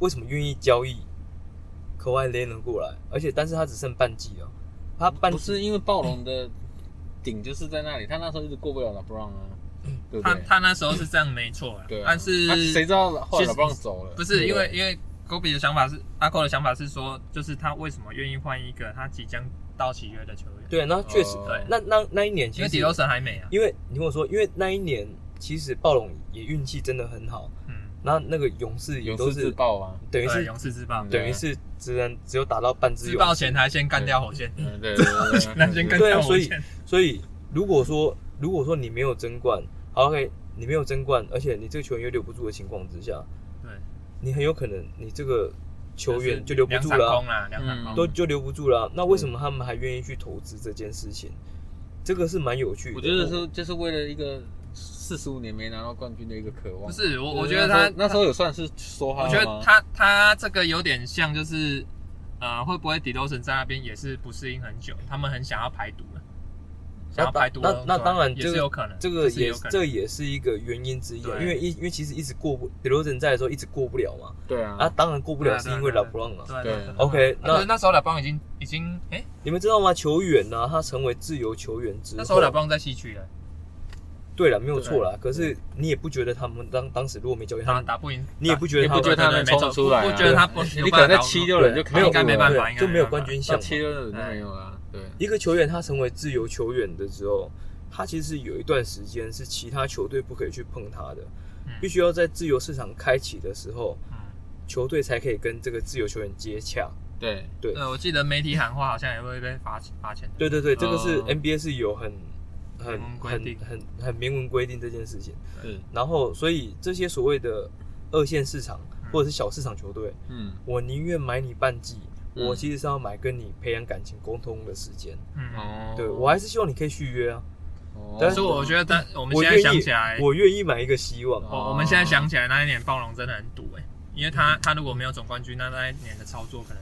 S1: 为什么愿意交易可外雷能过来，而且但是他只剩半季了，他半
S3: 不
S1: 季
S3: 是因为暴龙的顶就是在那里，他那时候一直过不了 LeBron 啊，对不
S2: 他
S3: 对？
S2: 他那时候是这样没错啦
S3: 对啊，
S2: 但是
S3: 他谁知道后来
S2: 其实
S3: LeBron 走了？
S2: 不是
S3: 对
S2: 因
S3: 对
S2: 为因为科比的想法是阿寇的想法是说，就是他为什么愿意换一个他即将到期约的球员？，
S1: 对，啊那确实，
S3: 哦
S1: 那那那一年其
S2: 因为
S1: 实
S2: 底罗神还没啊，
S1: 因为你跟我说，因为那一年其实暴龙也运气真的很好，
S2: 嗯，
S1: 那那个勇士也
S3: 勇
S1: 都
S3: 士
S1: 是
S3: 自爆 啊，
S1: 等于
S2: 对，
S1: 是
S2: 勇士自爆
S3: 嗯，
S1: 等于是只能只有打到半支
S2: 自
S1: 勇
S2: 爆
S1: 士
S2: 前还先干掉火箭，
S3: 嗯对对对对
S2: 那先干
S1: 对啊
S2: 掉
S1: 所
S2: 火
S1: 以
S2: 箭，
S1: 所以如果说如果说你没有争冠好，OK，你没有争冠，而且你这个球员又留不住的情况之下，
S2: 对，
S1: 你很有可能你这个啊球
S2: 是
S1: 员就留不
S2: 两
S1: 住
S2: 场
S1: 了啊、
S2: 空嗯啦，两场
S3: 嗯
S2: 空。
S1: 都就留不住了啊、那为什么他们还愿意去投资这件事情？这个是蛮有趣的。
S3: 我觉得是就是为了一个四十五年没拿到冠军的一个渴望。
S2: 不是我，我
S3: 就
S2: 觉
S1: 啊
S3: 是
S2: 得
S3: 那
S2: 他
S3: 时候那时候有算是说他
S2: 我
S3: 了
S2: 觉
S3: 吗
S2: 得他他这个有点像，就是呃，会不会迪罗神在那边也是不适应很久，他们很想要排毒了，想要排毒
S1: 那
S2: 的
S1: 那
S2: 动
S1: 那
S2: 作
S1: 当然
S2: 也
S1: 这
S2: 是
S1: 个
S2: 有可能，
S1: 这个
S2: 是
S1: 也
S2: 有可
S1: 这
S2: 能。
S1: 也是一个原因之一啊，
S2: 对
S1: 因为一因为其实一直过不 d e r o z a n 在的时候一直过不了嘛，
S3: 对啊，
S1: 啊，当然过不
S2: 对
S1: 了
S2: 啊
S1: 是
S2: 对啊
S1: 因为
S2: 对
S1: l
S2: 啊
S1: e b r o n 啊。
S2: 对
S3: 对
S2: 对对
S1: OK，
S2: 啊可
S1: 那
S2: 是那时候老邦已经已经哎、
S1: 你们知道吗？球员呢、他成为自由球员之
S2: 那时候
S1: 后
S2: 老，邦在西区了，
S1: 对了，没有错啦。可是你也不觉得他们当当时如果没教练，他
S2: 打
S1: 们
S2: 打不赢，
S1: 你也不觉得
S3: 你
S1: 他
S3: 不
S1: 们
S3: 觉得他能冲得出来啊
S2: 我觉得他不，
S3: 你可能在七六人就
S1: 没
S3: 卡
S1: 有
S2: 应该没办法
S1: 对
S2: 应该没办法
S1: 就没有冠军
S3: 像
S1: 相嘛。
S3: 七六人就没有啊，对，
S1: 一个球员他成为自由球员的时候，他其实有一段时间是其他球队不可以去碰他的，必
S2: 必须
S1: 须要在自由市场开启的时候，
S2: 嗯
S1: 球队才可以跟这个自由球员接洽。
S3: 对，
S1: 对
S2: 对，我记得媒体喊话好像也会被罚罚钱的。
S1: 对对对，这个是
S3: 哦
S1: NBA 是有很很
S2: 明文规
S1: 很
S2: 定
S1: 很很明文规定这件事情。
S3: 是，
S1: 然后，所以这些所谓的二线市场
S2: 嗯
S1: 或者是小市场球队，
S3: 嗯，
S1: 我宁愿买你半季，
S3: 嗯
S1: 我其实是要买跟你培养感情沟通的时间。
S2: 嗯，
S1: 对我还是希望你可以续约啊，
S3: 哦
S1: 但
S2: 所以我觉得，但我们
S1: 我
S2: 现
S1: 愿
S2: 在想
S1: 意
S2: 起来，，
S1: 我愿意买一个希望。啊
S2: 哦我我们现在想起来那一年暴龙真的很赌哎、因为他他如果没有总冠军，那那一年的操作可能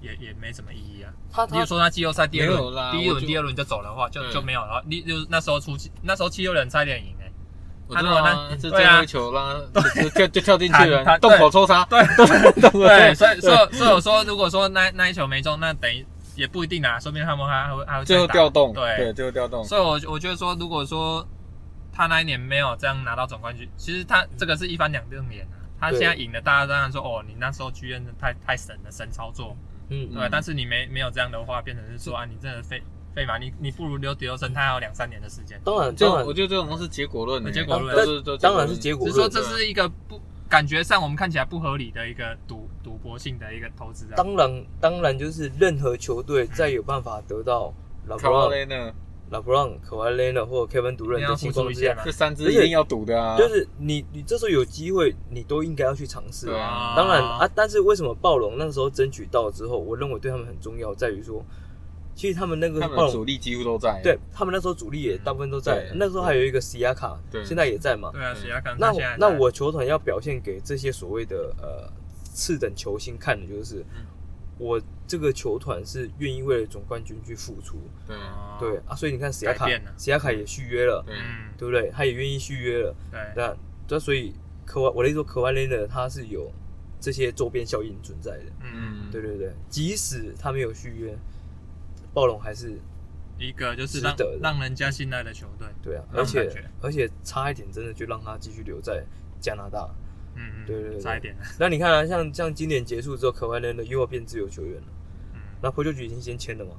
S2: 也也没什么意义啊。
S1: 他
S2: 例如
S1: 他
S2: 说他季后赛第二
S3: 没有啦
S2: 轮，第一
S3: 我
S2: 轮
S3: 就
S2: 第二轮就走的话，就
S3: 对
S2: 就没有了。例就是那时候出那时候七六人差一点赢哎、
S3: 我知道啊，这最后一球让他就跳就跳进去了，
S2: 弹弹
S3: 动口抽杀，
S2: 对
S3: 动口
S2: 对，
S3: 抽杀，
S2: 所以所以所以我说，如果说那那一球没中，那等于也不一定啊，说不定他们还还会还会再
S3: 最后
S2: 打
S3: 调动，
S2: 对
S3: 对，最后调动，
S2: 所以我我觉得说，如果说他那一年没有这样拿到总冠军，其实他这个是一翻两瞪眼啊。他现在赢了，大家当然说哦，你那时候剧院太太神了，神操作，
S1: 嗯
S2: 对
S1: 嗯
S2: 吧。但是你没没有这样的话，变成是说啊，你真的废废嘛，你你不如留迪欧森，他还有两三年的时间。
S1: 当然
S3: 这
S1: 当
S3: 种我
S1: 然
S3: 觉得这种都是结果论欸，
S2: 结果论
S3: 都是都
S1: 当然是结
S3: 果
S1: 果
S2: 只是
S1: 论，
S2: 说这是一个不感觉上我们看起来不合理的一个赌赌博性的一个投资啊。
S1: 当然当然就是任何球队再有办法得到 l
S3: 论。
S1: b
S3: 卡
S1: r o
S3: 瓦
S1: n
S3: 雷呢？
S1: l b r o n 可怀 l e n 或 Kevin 杜
S2: 一
S1: 兰
S2: 定要
S1: 的
S2: 付
S1: 情
S2: 出
S1: 况
S2: 一
S1: 之
S2: 些
S1: 下，
S2: 嘛
S3: 这，三支
S1: 而
S3: 一
S1: 且
S3: 定要赌的啊！
S1: 啊就是你你这时候有机会，你都应该要去尝试。
S3: 对啊
S1: 当然啊，但是为什么暴龙那时候争取到之后，我认为对他们很重要，在于说，其实他们那个
S3: 他们
S1: 暴
S3: 的
S1: 龙
S3: 主力几乎都在。
S1: 对他们那时候主力也大部分都在
S3: 对，
S1: 那时候还有一个西亚卡
S3: 对，
S1: 现在也在嘛。
S2: 对啊，谁要看
S1: 那
S2: 他现在
S1: 那
S2: 在
S1: 我球团要表现给这些所谓的呃次等球星看的就是
S3: 嗯，
S1: 我这个球团是愿意为了总冠军去付出。
S3: 对
S2: 哦
S1: 对啊，所以你看西亚
S2: 改
S1: 卡
S2: 变了，
S1: 西亚卡也续约了，
S3: 对，
S2: 嗯
S1: 对不对？他也愿意续约了。
S2: 对
S1: 那那所以科万，我的意思说，科万雷呢，他是有这些周边效应存在的。
S2: 嗯。
S1: 对对对，即使他没有续约，暴龙还是
S2: 一个就是
S1: 值
S2: 让
S1: 得的
S2: 让人家信赖的球队。
S1: 对啊，
S2: 那种
S1: 而且
S2: 感觉
S1: 而且差一点，真的就让他继续留在加拿大。
S2: 嗯，嗯
S1: 对对对
S2: 差一点了。
S1: 那你看啊，像像今年结束之后，科万雷呢又要变自由球员了。
S2: 嗯
S1: 那破旧局已经先签了嘛？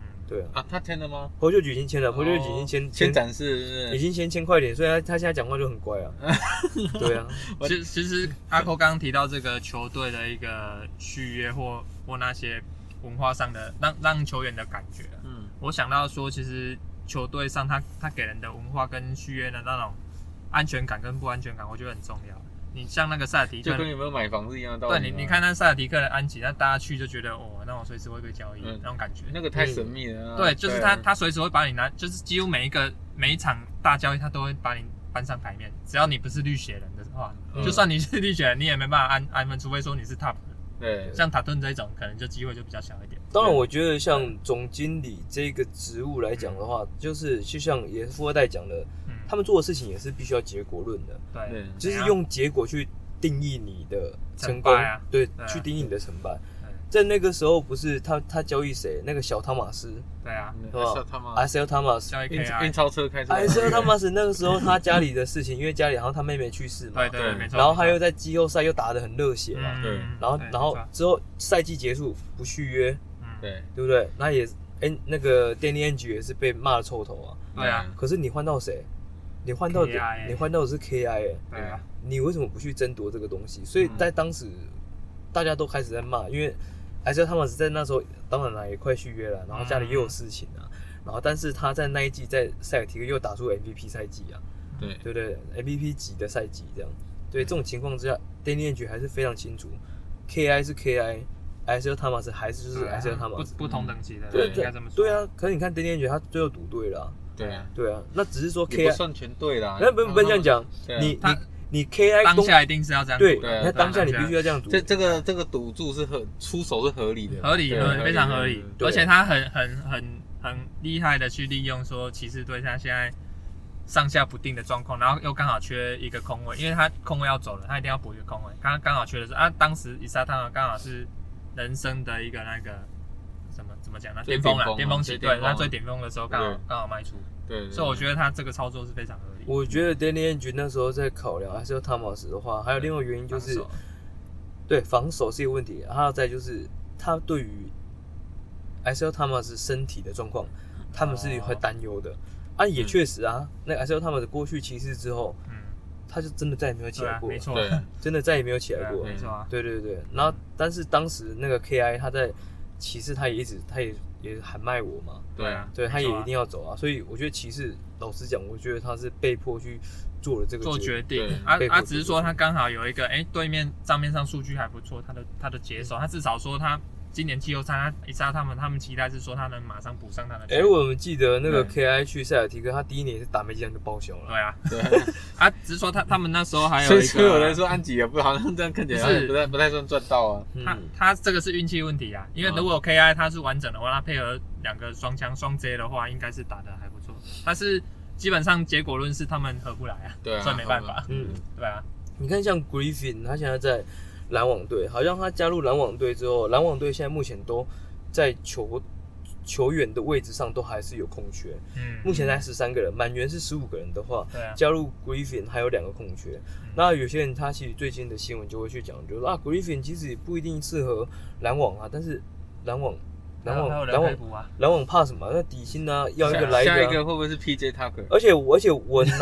S2: 嗯，
S1: 对啊，
S3: 啊，他签了吗？
S1: 破旧局已经签了，破旧局已
S3: 哦
S1: 经签
S3: 先展示是不
S1: 已
S3: 是，
S1: 经先签快点，所以他他现在讲话就很乖 啊。对啊，
S2: 其其实阿扣刚刚提到这个球队的一个续约或或那些文化上的让让球员的感觉啊，
S3: 嗯，
S2: 我想到说，其实球队上他他给人的文化跟续约的那种安全感跟不安全感，我觉得很重要。你像那个萨尔迪
S3: 就
S2: 克，
S3: 跟有没有买房子一样的道理
S2: 对
S3: 啊。
S2: 你你看那萨尔迪克的安吉，那大家去就觉得哦，那我随时会被交易、
S3: 嗯
S2: 那种感觉。
S3: 那个太神秘了
S2: 嗯
S3: 啊。
S2: 对，就是他，
S3: 啊
S2: 他随时会把你拿，就是几乎每一个每一场大交易，他都会把你搬上台面。只要你不是绿血人的话，
S3: 嗯
S2: 就算你是绿血人，你也没办法安安分，除非说你是 top 的。
S3: 对，
S2: 像塔顿这种，可能就机会就比较小一点。
S1: 当然，我觉得像总经理这个职务来讲的话，就是就像也是富二代讲的，
S2: 嗯，
S1: 他们做的事情也是必须要结果论的，
S2: 对啊
S3: 对
S1: 就是
S2: 怎样
S1: 用结果去定义你的成
S2: 成
S1: 功，
S2: 败啊
S1: 对，
S2: 对啊
S1: 去定义你的成败
S2: 对。
S1: 在那个时候，不是他他交易谁？那个小汤马斯
S2: 对啊，
S3: 嗯
S1: 是吧
S3: 是他妈
S1: ，SL 汤马斯
S2: 交易
S3: 运
S2: KI，
S3: 运钞 车开啊出来。
S1: ，SL 汤马斯那个时候他家里的事情，因为家里好像他妹妹去世嘛
S2: 对，对对，
S3: 对
S2: 没错。
S1: 然后他又在季后赛又打得很热血嘛，
S2: 嗯
S3: 对
S1: 然后
S2: 对
S1: 然后
S2: 没错
S1: 之后赛季结束不续约，
S2: 嗯对
S3: 对
S1: 对不对？那也哎那个 Danny Ainge 也是被骂的臭头啊。
S3: 嗯
S2: 啊，
S1: 可是你换到谁？你换到的
S2: KI
S1: 你换到的是 KI，、欸、
S2: 对啊，
S1: 你为什么不去争夺这个东西？所以
S2: 嗯
S1: 在当时，大家都开始在骂，因为还是他们是在那时候，当然啦，也快续约了，然后家里又有事情啊，然后但是他在那一季在塞尔提克又打出 MVP 赛季啊，
S3: 对
S1: 对不对？MVP 级的赛季这样，对这种情况之下，Danny a n g e 还是非常清楚， KI 是 KI，SL Thomas 还是就是
S2: 对啊
S1: SL
S2: 不
S1: Thomas。
S2: 不同等级的，
S1: 对
S2: 应该这么说。
S1: 对啊，可是你看 d a n i e 他最后赌对了啊、
S3: 对啊，
S1: 对啊，那只是说
S3: 也不
S1: KI，
S3: 算全对啦。
S1: 那不不能这样讲，
S3: 对啊
S1: 你
S2: 他
S1: 你你 KI
S2: 当
S1: 东
S2: 下一定是要这样
S1: 对，
S2: 赌的
S1: 那当下你必须
S2: 要
S1: 要这样赌，
S3: 这这个这个赌注是合出手是合理的啦，
S2: 合理，
S3: 对
S2: 合理非常合理，
S1: 对
S2: 而且他很很很很厉害的去利用说骑士队他现在上下不定的状况，然后又刚好缺一个空位，因为他空位要走了，他一定要补一个空位，他刚好缺的是啊，当时伊莎汤刚好是人生的一个那个。怎么怎么讲呢？
S3: 最
S2: 巅峰
S3: 巅
S2: 啊，
S3: 峰啊
S2: 巅峰期，
S3: 最巅
S2: 对，
S3: 峰啊
S2: 他最顶峰的时候刚好
S3: 对
S2: 刚好卖出，
S3: 对对，
S2: 所以我觉
S3: 得
S2: 得他这个操作是非常合理。
S1: 我觉得 Danny Ainge 那时候在考量 S L Thomas 的话，还有另外一个原因就是
S2: 防守
S1: 对防守是一个问题，还有再就是他对于 S L Thomas 身体的状况，他们
S2: 哦
S1: 是很担忧的。啊，也确实啊，那 S L Thomas 过去骑士之后，
S2: 嗯，
S1: 他就真的再也没有起
S2: 对
S1: 来
S2: 啊，
S1: 过
S2: 没
S1: 了，
S2: 错，
S3: 对
S1: 真的再也没有起
S2: 对
S1: 来
S2: 啊
S1: 过了。
S2: 没错啊，
S1: 对对对，然后但是当时那个 KI 他在骑士，他也一直他也也喊卖我嘛，
S3: 对啊，
S1: 对，他也
S2: 没错啊
S1: 一定要走啊。所以我觉得骑士，老实讲，我觉得他是被迫去做了这个
S2: 做
S1: 决
S2: 决
S1: 定。
S2: 定
S3: 对。
S2: 啊
S1: 被迫
S2: 啊，
S1: 做
S2: 只是
S1: 决
S2: 说他
S1: 定
S2: 刚好有一个，哎、对面账面上数据还不错，他的他的解手，他至少说他今年季后赛，他一杀他们，他们期待是说他能马上补上他的缺
S1: 哎、
S2: 口。
S1: 我们记得那个
S3: 对
S1: KI 去塞尔提克，他第一年是打没几场就报销了。
S2: 对啊，
S3: 对，
S2: 啊，只是说他他们那时候还有
S3: 所以
S2: 一
S3: 所以有
S2: 个
S3: 人，说安吉也不好像这样看起来
S2: 不
S3: 好
S2: 是
S3: 像不太不太算赚到啊，
S1: 嗯
S2: 他他这个是运气问题啊，因为如果 KI 他是完整的话，他配合两个双枪双 J 的话，应该是打的还不错，但是。基本上结果论是他们合不来啊，
S3: 对啊
S2: 所以没办法，
S1: 嗯，
S2: 对啊，
S1: 你看像 Griffin，他现在在篮网队，好像他加入篮网队之后，篮网队现在目前都在球球员的位置上都还是有空缺，
S2: 嗯，
S1: 目前才十三个人，满员是十五个人的话，
S2: 对啊，
S1: 加入 Griffin 还有两个空缺。
S3: 嗯
S1: 那有些人他其实最近的新闻就会去讲，就是说啊，Griffin 其实也不一定适合篮网啊，但是篮网篮
S2: 还有
S1: 网
S2: 人
S1: 篮
S2: 可以
S1: 网
S2: 补啊，
S1: 篮网怕什么？那底薪呢、要一个
S3: 下
S1: 来一个啊、
S3: 下一个会不会是 PJ Tucker？
S1: 而且我而且我 拿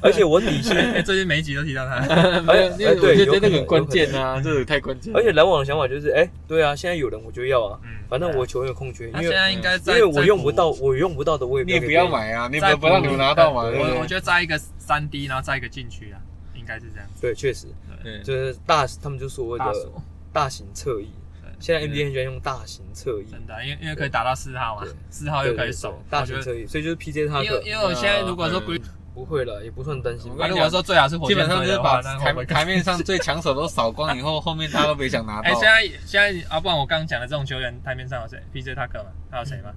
S1: 而且我底薪，
S2: 哎，最近每一集都提到他，
S3: 没有，因为我
S1: 哎对
S3: 觉
S1: 有可
S3: 得
S1: 能
S3: 那个很关键啊，这个太关键了。
S1: 而且篮网的想法就是，哎、对啊，现在有人我就要啊，
S2: 嗯，
S1: 反正
S2: 对啊
S1: 我球员有空缺，因
S2: 他
S1: 为
S2: 现在应该
S1: 因
S2: 在
S1: 为我用不，
S2: 在
S1: 到我用不到的，我也
S3: 你也
S1: 可以
S3: 不要
S1: 给你。
S3: 买啊，你
S2: 在
S3: 不不让你们拿到嘛，
S2: 补
S3: 对
S2: 我我
S3: 不
S2: 觉得在一个三 D，然后在一个禁区啊，应该是这样。
S1: 对，确实
S3: 对？
S1: 就
S3: 对，
S1: 是大，他们就所谓
S2: 大
S1: 的
S2: 锁
S1: 大型侧翼
S2: 对。
S1: 现在 NBA 很喜欢用大型侧翼，
S2: 真的，因为因为可以打到四号嘛
S1: 对，
S2: 四号
S1: 对
S2: 又可以
S1: 对
S2: 守
S1: 对，
S2: 我
S1: 大
S2: 觉
S1: 型嗯
S2: 得。
S1: 侧翼，所以就是 PJ 他
S2: 因为因为我现在如果说不，啊
S1: 不会了，也不算担心吧。
S3: 我跟
S2: 如
S3: 你
S2: 果
S3: 讲
S2: 说最好是火
S3: 基
S2: 箭
S3: 本上
S2: 队
S3: 就是
S2: 的话，
S3: 把
S2: 那会不
S3: 台
S2: 会？
S3: 台面上最抢手都扫光以后，后面他都别想拿到
S2: 哎，。现在现在啊，不然我刚刚讲的这种球员，台面上有谁？PJ 塔克嘛，还有谁吗？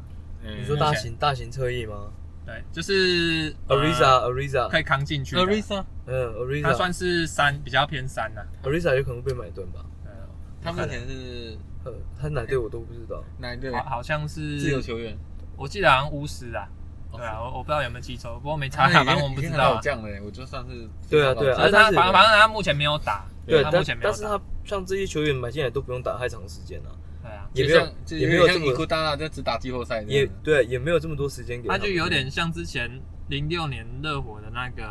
S3: 嗯
S1: 你说大型大型侧翼吗
S2: 对，就是呃
S1: ？Ariza
S2: 可
S1: Ariza，
S2: 以扛进去的。
S3: Arisa，
S1: 嗯
S2: 他
S1: ，Ariza
S2: 算是三，比较偏三啊呐。
S1: Ariza 有可能被买断吧？
S2: 呃
S3: 他目前是
S1: 呃，他哪队我都不知道。
S3: 哪一队？
S2: 好好像是
S3: 自由球员。
S2: 我记得好像巫师啊，对啊，我我不知道有没有记错，不过没差，
S3: 那
S2: 反正我们不知道啊。
S3: 这样了，我就算是
S1: 对啊对啊
S2: 只是
S1: 但
S2: 他
S1: 是
S2: 反反正他目前没有打，
S1: 对，
S2: 他
S1: 但
S2: 目前没有
S1: 但是
S2: 打，
S1: 他像这些球员买进来都不用打太长时间了，
S2: 对啊，
S1: 也
S3: 就
S1: 没有
S3: 像就
S1: 也
S3: 有
S1: 没有
S3: 点
S1: 这
S3: 像尼库
S1: 么
S3: 达纳就只打季后赛这
S1: 也
S3: 样的，
S1: 对也没有这么多时间给
S2: 他
S1: 们
S2: 就有点像之前零六年热火的那个，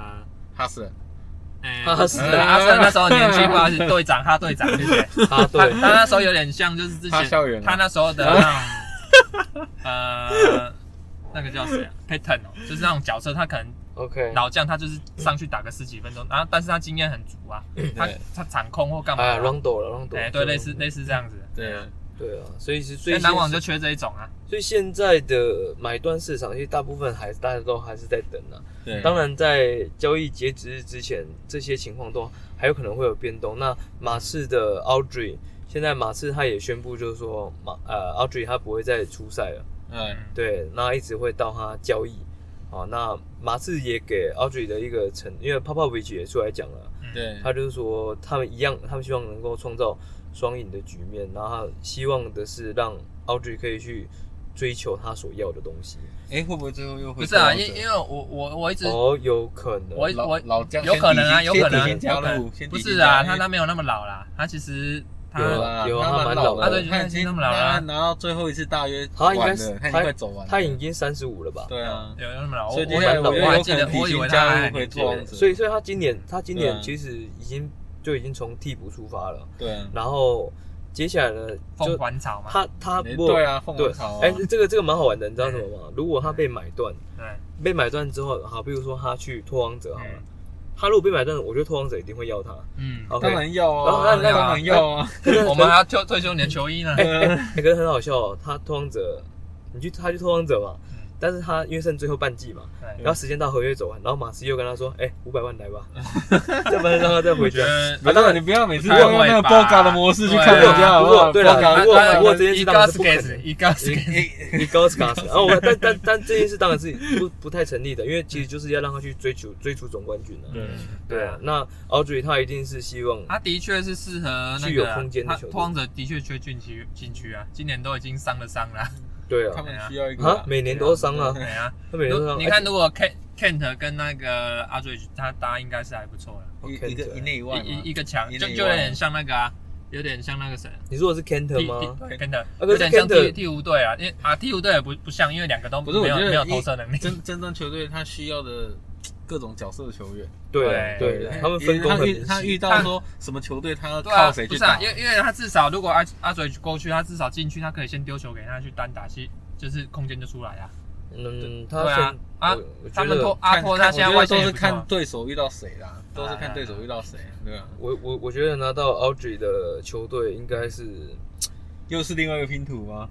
S3: 哈斯
S2: 哎，
S1: 哈斯
S2: 对哈斯那时候年轻，不好意思，队长哈队长，谢谢。
S1: 啊，
S2: 他
S1: 对，
S2: 他那时候有点像就是之
S3: 哈
S2: 前
S3: 校园啊，
S2: 他那时候的那种，呃，那个叫谁啊？Pattern 哦，就是那种角色，他可能
S1: OK，
S2: 老将，他就是上去打个十几分钟，然后但是他经验很足啊，他
S3: 嗯对
S2: 他场控或干嘛
S1: 哎
S2: 啊？
S1: ，Rondo 了，Rondo，
S2: 哎，
S1: 就
S2: 对，类似类似这样子。
S3: 对啊，
S1: 对啊，所以是
S2: 所
S1: 所
S2: 以
S1: 以
S2: 篮网
S1: 现
S2: 就缺这一种啊。
S1: 所以现在的买断市场，其实大部分还是大家都还是在等啊。
S3: 对，
S1: 当然，在交易截止日之前，这些情况都还有可能会有变动。那马刺的 Audrey，现在马刺他也宣布，就是说马呃 Audrey 他不会再出赛了，
S3: 嗯，
S1: 对，那一直会到他交易。哦，那马刺也给 Audrey 的一个承，因为 Popovich 也出来讲了，
S2: 嗯
S3: 对，
S1: 他就是说他们一样，他们希望能够创造双赢的局面，然后他希望的是让 Audrey 可以去追求他所要的东西。
S3: 哎，会不会最后又会
S2: 不是啊，
S3: 到
S2: 因
S3: 这
S2: 因为我我我一直
S1: 哦，有可能，
S2: 我
S3: 老
S2: 我
S3: 老将
S2: 有可能啊，
S3: 先
S2: 有
S3: 底薪
S2: 可能啊
S3: 先底薪加
S2: 有可能
S3: 入，先
S2: 不
S3: 底薪
S2: 是
S3: 加
S2: 啊，
S3: 入
S2: 他他没有那么老啦，他其实他
S1: 有
S2: 对
S1: 啊
S3: 啦
S1: 有啊
S3: 他
S1: 他蛮
S3: 蛮
S1: 老
S3: 的，
S1: 的
S3: 他已经
S2: 他已经那么老了
S3: 他拿到最后一次大约
S1: 他应该
S3: 完
S1: 是
S3: 了，他已
S1: 他
S3: 经快走完了，
S1: 他已经三十五了吧？
S3: 对啊，
S2: 嗯有那么老，我
S3: 所以
S2: 我
S3: 接
S2: 以
S3: 下来
S2: 为
S3: 我觉
S2: 我
S3: 得
S2: 还
S3: 有
S2: 记
S3: 可
S2: 得
S3: 能，
S2: 我
S3: 提
S2: 以为
S3: 前
S2: 他
S3: 加
S2: 还
S3: 入回
S2: 年轻
S3: 拓王
S2: 人
S3: 者，
S1: 所以，所以他今年他今
S3: 对啊
S1: 年其实已经就已经从替补出发了，
S3: 对啊，
S1: 然后接下来呢，
S2: 凤
S1: 就
S2: 凰草嘛，
S1: 他他
S3: 诶
S1: 不
S3: 对啊，凤
S1: 对
S3: 凰巢啊，嗯
S1: 哎，这个这个蛮好玩的，你知道什么吗？如果他被买断，
S2: 对，
S3: 哦
S1: 被买断之后，好，比如说他去拓荒者好了
S2: 嗯，
S1: 他如果被买断，我觉得拓荒者一定会要他。
S2: 嗯，
S1: OK，
S3: 当然要
S1: 然
S3: 啊，
S1: 后那
S3: 当然要啊，
S2: 我们还要退退休你的球衣呢。
S3: 哎
S1: 那个很好笑哦，他拓荒者，你去他去拓荒者嘛
S2: 嗯，
S1: 但是他因为剩最后半季嘛，
S2: 对
S1: 然后时间到合约走完，然后马斯又跟他说，哎，五百万来吧，要不然让他再
S2: 我
S1: 回
S2: 觉
S1: 去啊。
S2: 得
S3: 呃没
S1: 当
S3: 有，
S1: 然
S3: 你不要每次
S2: 不
S3: 都
S2: 太
S3: 用那
S2: 会
S3: 个
S2: 吧
S3: Boga 的模式去看
S2: 对啊
S3: 人家，好
S1: 不
S3: 不好
S1: 过对啦
S3: Boga，
S1: 不过
S3: 当然
S1: 不过这件事
S2: 一
S1: 当然
S2: 个
S1: 是不可能
S2: skate，一个 skate，
S1: 你高斯卡斯，然后我但但但这件事当然是不不太成立的，因为其实就是要让他去追求追逐总冠军啊。
S3: 嗯
S1: 对啊，那 Audrey 他一定是希望
S2: 他的确是适合那
S1: 具有
S2: 个啊
S1: 空间，的
S2: 他
S1: 球队
S2: 拓荒者的确缺禁区禁区啊，今年都已经伤了伤 了啊。
S1: 对
S3: 他
S1: 啊，
S3: 们需要一个
S1: 啊每年都伤啊，
S2: 对啊，
S1: 他每年都
S2: 如
S1: 伤。哎
S2: 你看，如果 Kent Kent 跟那个阿追，他搭应该是还不错了，
S3: 一一个一啊内一外嘛
S2: 一一一个强，
S3: 一
S2: 就
S3: 内一
S2: 就
S3: 外
S2: 有点像那个啊，有点像那个谁。啊
S1: 你说的是 Cantor
S2: 替
S1: 吗？啊
S2: 替跟的，
S1: 可是
S2: 有点像
S1: Kent-
S2: 替替五队啊，因为啊替五队也不不像，因为两个都
S3: 不是我
S2: 没有
S3: 觉得
S2: 没有
S3: 一
S2: 投射能力。
S3: 真真正球队他需要的各种角色的球员，
S1: 对啊
S2: 对
S1: 对啊，他们分工
S3: 他
S1: 很
S3: 遇
S1: 明
S3: 他
S1: 细
S3: 遇。到说什么球队，他要
S2: 对啊
S3: 靠，谁
S2: 不
S3: 去
S2: 是啊
S3: 打，
S2: 因？为因为他至少如果阿阿水过去，他至少进去，他可以先丢球给他去单打，其就是空间就出来啊。
S1: 嗯，
S2: 对
S1: 他
S2: 啊
S1: 现
S2: 啊
S1: 我我
S2: 他
S1: 觉
S2: 们
S1: 得
S2: 托阿托他
S3: 看
S2: 现在
S3: 我
S2: 外
S3: 觉
S2: 线也
S3: 得都是
S2: 不错
S3: 看
S2: 啊，
S3: 对手遇到谁啦，都是
S2: 哎
S3: 看对手遇到谁，对
S2: 啊
S3: 啊吧？
S1: 我我我觉得拿到 Audrey 的球队应该 是
S3: 又是另外一个拼图吗？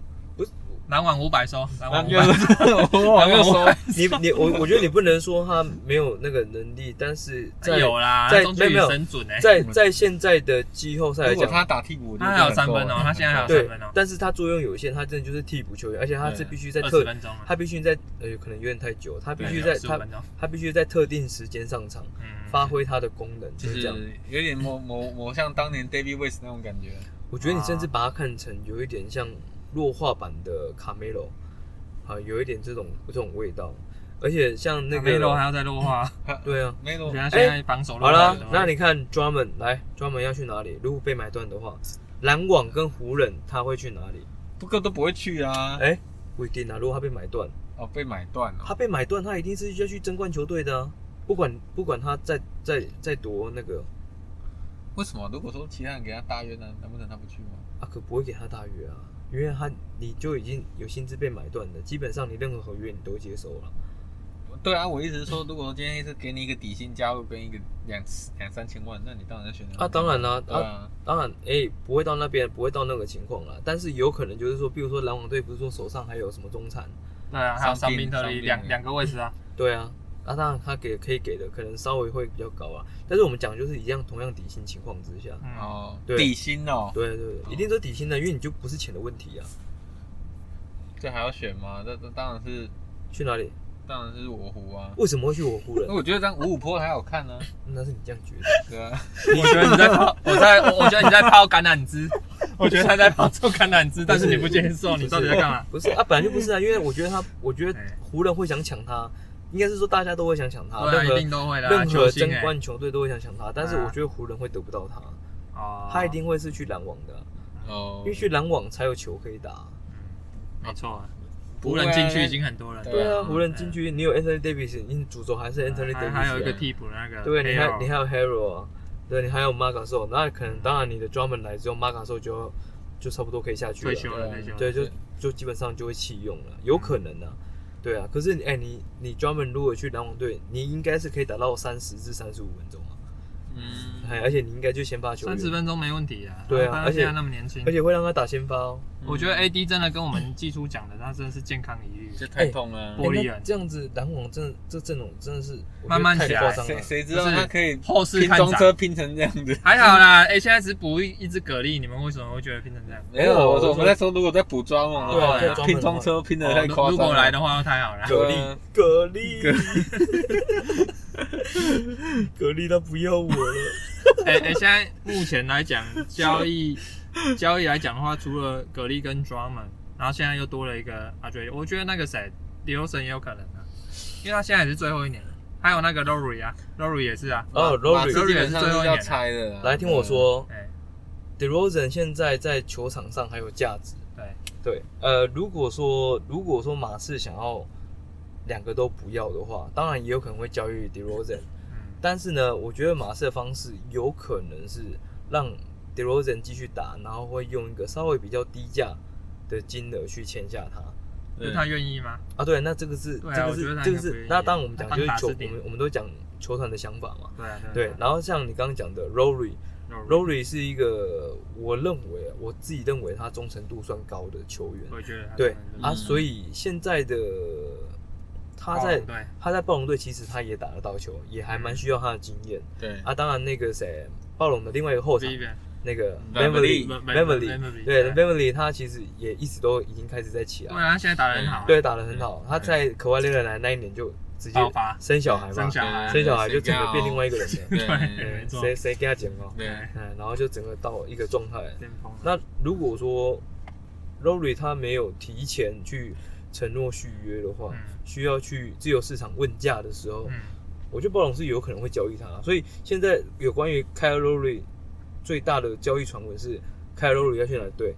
S2: 篮网五百收，篮
S3: 然
S2: 网
S3: 后
S2: 五
S3: 又
S2: 百，
S3: 是我往右收，
S1: 你你我我觉得你不能说他没有那个能力，但是在
S2: 有啦，
S1: 在
S2: 中距离
S1: 没有
S2: 神准哎，
S1: 在在现在的季后赛来
S3: 如果
S1: 讲，
S3: 他打替补，我觉得
S2: 他还有三分哦
S3: 很够了
S2: 他现在还有
S1: 对
S2: 三分哦，
S1: 但是他作用有限，他真的就是替补球员，而且他是
S3: 嗯
S1: 必须在
S2: 二十
S1: 特，
S2: 分钟啊，
S1: 他必须在呃可能有点太久，他必须在
S2: 十五
S1: 他
S2: 分钟，
S1: 他必须在特定时间上场，
S2: 嗯，
S1: 发挥他的功能，就
S3: 就是
S1: 这样。
S3: 是有点某某某像当年 David West 那种感觉。
S1: 我觉得你甚至把它看成有一点像弱化版的卡梅罗，啊，有一点这种这种味道，而且像那
S2: 卡梅罗还
S1: 个
S2: 要再弱化，
S1: 对啊，
S3: 没
S2: 我
S3: 有
S2: 觉得他现在防守弱
S1: 好
S2: 化
S1: 啦
S2: 很多，
S1: 那你看 Drummond 来，Drummond 要去哪里？如果被买断的话，篮网跟湖人他会去哪里？
S3: 不过都不会去啊。
S1: 哎、不一定啊，如果他被买断。
S3: 哦，被买断了。
S1: 他被买断，他一定是要去争冠球队的啊、不管不管他再再再夺那个，
S3: 为什么？如果说其他人给他搭约呢，难不成他不去吗？
S1: 啊可不会给他大约啊，因为他你就已经有薪资被买断的，基本上你任何合约你都接受了。
S3: 对啊，我一直说，如果今天是给你一个底薪加入跟一个两两三千万，那你当然要选择。
S1: 啊，当然啦、
S3: 对
S1: 啊，
S3: 啊，
S1: 当然，哎、不会到那边，不会到那个情况啦。但是有可能就是说，比如说篮网队不是说手上还有什么中产，
S2: 对啊，还有
S3: 伤
S2: 伤
S3: 病
S2: 病特例
S3: 伤病
S2: 两两个位置啊，
S1: 对啊，啊，当然他给可以给的可能稍微会比较高啊。但是我们讲就是一样同样底薪情况之下，
S2: 嗯，
S3: 哦，
S1: 啊对
S3: 底薪哦，
S1: 对对对，一定都底薪的，因为你就不是钱的问题啊。
S3: 这还要选吗？这这当然是，
S1: 去哪里？
S3: 当然是我湖啊。
S1: 为什么会去我湖人
S3: 那？我觉得这样五五坡还好看呢、
S1: 那是你这样觉得。
S3: 对啊，
S2: 我觉得你在 抛，我在，我我觉得你在抛橄榄枝， 我觉得他在抛出橄榄枝，但是你不接受，你到底在干嘛？
S1: 不是啊，本来就不 是啊，因为我觉得他，我觉得
S2: 哎
S1: 湖人会想抢他，应该是说大家都会想抢他，
S2: 对啊，
S1: 任
S2: 一
S1: 何
S2: 定都会的啊，
S1: 任
S2: 球
S1: 何
S2: 星
S1: 争
S2: 哎，
S1: 冠球队都会想抢他，但是我觉得湖人会得不到他，
S2: 哦
S1: 他一定会是去篮网的啊，
S3: 哦
S1: 因为去篮网才有球可以打。
S2: 没错啊，湖人进去已经很多人了，
S3: 对
S1: 对
S3: 啊
S1: 啊，湖人进去，你有 Anthony Davis，你主轴还是 Anthony
S2: 哎还还有一
S1: Davis，
S2: 个
S1: 啊
S2: 替补的那个，
S1: 对，你还你
S2: 看，
S1: 还有 Hero 啊，对你还有 m a r g o 那可能当然你的 Drummond 来之后 m a r g o 就就差不多可以下去了
S2: 退。休了，嗯退休了，
S1: 对，就
S3: 对
S1: 就基本上就会弃用了，有可能啊，对啊。可是哎、你你专门如果去篮网队，你应该是可以打到三十至三十五分钟啊，
S3: 嗯，
S1: 哎、而且你应该就先发球
S2: 三十
S1: 员，
S2: 分钟没问题啊，
S1: 对啊
S2: 他
S1: 而且
S2: 现在那么年轻
S1: 而。且会让他打先发哦。
S2: 我觉得 AD 真的跟我们季初讲的，他真的是健康疑虑，
S3: 哎这太痛了。
S2: 玻璃
S1: 哎那
S2: 人
S1: 这样子，篮网真的这阵容真的是我觉得
S2: 慢慢
S1: 太
S2: 起来
S1: 夸张
S3: 谁
S1: 了。
S3: 谁知道
S2: 就是
S3: 他可以
S2: 后市
S3: 拼
S2: 看
S3: 装
S2: 涨
S3: 车拼成这样 子？
S2: 还好啦。哎，现在只补一一只蛤蜊，你们为什么会觉得拼成这样？
S3: 没有，
S1: 哦
S3: 我说
S1: 我
S3: 我们在说，如果在补装网的
S2: 对啊
S3: 话，
S1: 装
S3: 拼装车拼的太夸张了。
S2: 哦如果来的话，太好了。
S1: 蛤
S3: 对啊
S1: 蜊，蛤蜊， 蛤蜊他不要我 了。
S2: 哎、哎、现在目前来讲，交易交易来讲的话，除了格力跟 Drummond，然后现在又多了一个阿追，我觉得那个谁，李欧神也有可能啊，因为他现在也是最后一年了。还有那个 Rory 啊，Rory 也是啊，
S1: 哦
S3: 马
S1: ，Rory，
S3: 刺基本上是要拆的啊。
S1: 来听我说
S2: 哎、
S1: ，DeRozan 现在在球场上还有价值。
S2: 对，
S1: 对，呃，如果说如果说马刺想要两个都不要的话，当然也有可能会交易 DeRozan，
S2: 嗯，
S1: 但是呢，我觉得马刺的方式有可能是让 DeRozan 继续打，然后会用一个稍微比较低价的金额去签下他。
S2: 就他愿意吗？
S1: 啊，对，那这个是、
S2: 对啊
S1: 这个
S2: 我觉得
S1: 是
S2: 他
S1: 这个
S2: 应该不
S1: 是
S2: 愿，意
S1: 那当然我们
S2: 他
S1: 讲
S2: 帮
S1: 就是
S2: 打
S1: 球，我
S2: 字典
S1: 们我们都讲球团的想法嘛。
S2: 对啊，
S1: 对，然后像你刚刚讲的 Rory，Rory
S2: 后
S1: 是一个我认为我自己认为他忠诚度算高的球员，
S2: 我也觉得他
S1: 对
S2: 真的
S1: 啊，
S3: 嗯
S1: 所以现在的他在
S2: 哦对
S1: 他在暴龙队其实他也打得到球，也还蛮需要他的经验
S3: 对，
S1: 啊。当然那个谁，暴龙的另外一个后场
S2: Vivian
S1: 那个
S3: Van Vliet
S1: Van Vliet，
S2: Memory
S1: 对
S2: 嗯对
S1: b e v e l y 他其实也一直都已经开始在起来，
S2: 啊，他现在打得很好啊，
S1: 对，打得很好。他在可外猎人来那一年就直接
S2: 爆发
S1: 生小孩嘛
S2: 生，小孩，
S3: 啊
S1: 生小孩就整
S3: 谁
S1: 个
S3: 要
S1: 变另外一个人了。
S3: 对
S2: 对
S1: 嗯
S2: 没错
S1: 谁谁跟他讲哦，
S3: 对，
S1: 嗯，然后就整个到一个状态。
S2: 巅峰啊，
S1: 那如果说 Rory 他没有提前去承诺续约的话，
S2: 嗯
S1: 需要去自由市场问价的时候，
S2: 嗯，
S1: 我觉得暴龙是有可能会交易他。所以现在有关于 k y l Rory 最大的交易传闻是 k y l Rory 要去哪队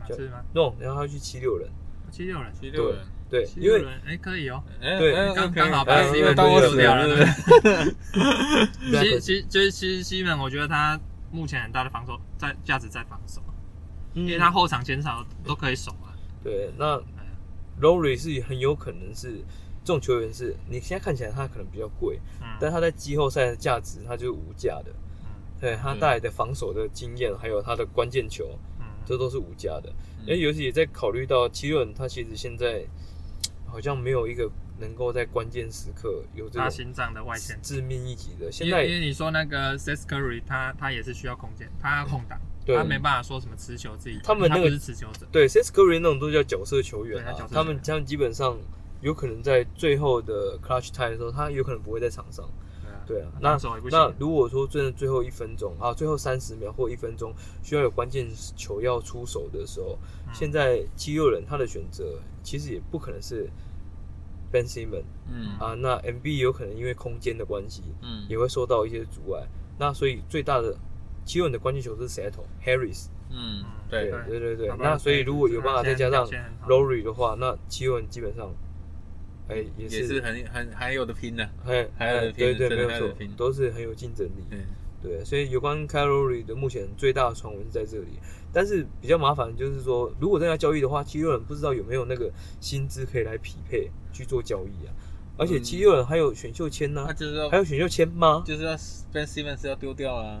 S2: 马刺吗？
S1: ？No，然后他要去七六人。
S2: 七六人，
S3: 七六人，
S1: 对，
S2: 七
S1: 因
S2: 六
S1: 为
S2: 人，哎，可以哦，
S3: 哎
S1: 对
S3: 哎
S2: 刚
S3: OK，
S2: 刚好
S1: 把
S3: 哎
S1: 西
S3: 因
S1: 门
S3: 为当
S1: 推
S3: 我
S1: 了
S3: 死掉了，
S2: 对
S3: 对
S2: 其实其实就是其实西门，我觉得他目前很大的防守在价值在防守，
S1: 因
S2: 因为他后场前场都可以守啊。
S1: 对，那
S2: 哎
S1: Rory 是很有可能是这种球员是，你现在看起来他可能比较贵，
S2: 嗯
S1: 但他在季后赛的价值他就是无价的。
S2: 嗯
S1: 对他
S3: 对
S1: 带来的防守的经验，还有他的关键球，这
S2: 嗯，
S1: 都是无价的。
S3: 嗯
S1: 因为尤其也在考虑到七六人，他其实现在好像没有一个能够在关键时刻有这
S2: 他
S1: 种
S2: 心脏的外线。
S1: 致命一击的。现
S2: 因为因
S1: 在
S2: 为你说那个 s e s Curry，他他也是需要空间，他要空档，
S1: 对
S2: 他没办法说什么持球自己，
S1: 他们那个
S2: 不是持球者，
S1: 对 s e s Curry 那种都叫角色球员
S2: 对他角
S1: 啊
S2: 色，球员
S1: 他们他们基本上有可能在最后的 clutch time 的时候，他有可能不会在场上。对啊，那
S2: 防守也不
S1: 那
S2: 行，
S1: 如果说真的最后一分钟啊，最后三十秒或一分钟需要有关键球要出手的时候，
S2: 嗯
S1: 现在七六人他的选择其实也不可能是 Ben Simmons
S3: 嗯
S1: 啊，那 MB 有可能因为空间的关系
S3: 嗯
S1: 也会受到一些阻碍，那所以最大的七六人的关键球是 Settle Harris，
S2: 嗯
S3: 嗯对
S2: 对
S1: 对对对
S2: 好，吧
S1: 那所以如果有办法再加上
S2: 他
S3: 嗯
S2: 现在表现很好
S1: Rory 的话，那七六人基本上哎、也
S3: 也是
S1: 是
S3: 很很还有的拼的，
S1: 很哎
S3: 还有人拼
S1: 对对
S3: 真
S1: 没
S3: 的
S1: 有
S3: 还有人
S1: 错
S3: 拼，
S1: 都是很有竞争力。
S3: 对，
S1: 对，所以有关 c a l o r i 的目前最大的传闻是在这里，但是比较麻烦的就是说，如果真的要交易的话，七六人不知道有没有那个薪资可以来匹配去做交易啊。而且
S3: 嗯
S1: 七六人还有选秀签呢、
S3: 那就是
S2: 嗯
S3: 要
S1: 还有选秀签吗？
S3: 就是要 Ben Stevens 要丢掉啊，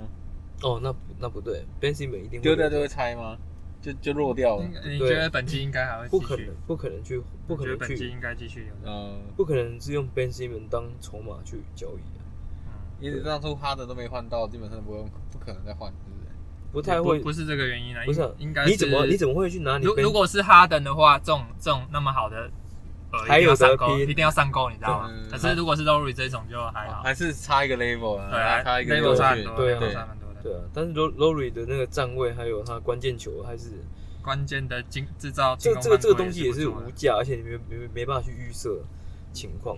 S1: 哦，那不那不对，Ben Simmons 一定会
S3: 丢掉就会拆吗？就就落掉了
S2: 应，该你觉得本季应该还会
S1: 不
S2: 继
S1: 可能
S2: 续？，
S1: 不可能去，不可
S2: 你觉
S1: 能
S2: 得本季
S1: 去，
S2: 应该继续留着。
S3: 嗯，
S1: 不可能是用 Ben Simmons 当筹码去交易、啊，
S2: 嗯
S3: 因为当初哈德都没换到，基本上不用不可能再换，对不对？
S1: 不太会。
S2: 不不是这个原因啊，
S1: 不是啊
S2: 应应该
S1: 你怎么你
S2: 么？
S1: 怎么会去拿你
S2: 如
S1: Ben？
S2: 如果是哈登的话，这种这种那么好的，呃，
S1: 还有
S2: 一定要上
S1: 得
S2: 钩，
S1: 拼
S2: 一定要上钩，你知道吗
S3: 嗯？
S2: 可是如果是 Rory 这种就还
S1: 啊
S2: 好，
S3: 还是差一个 level 啊，
S2: 对啊，
S3: 差一个
S2: level 差很多，
S1: 对啊
S2: level 差很多的。
S1: 对啊，但是 Lo- Lowry 的那个站位还有他的关键球还是
S2: 关键的进制造进
S1: 这个这个
S2: 攻犯
S1: 这个
S2: 规
S1: 东西也
S2: 不
S1: 是
S2: 错的
S1: 无价，而且你没没没办法去预设情况，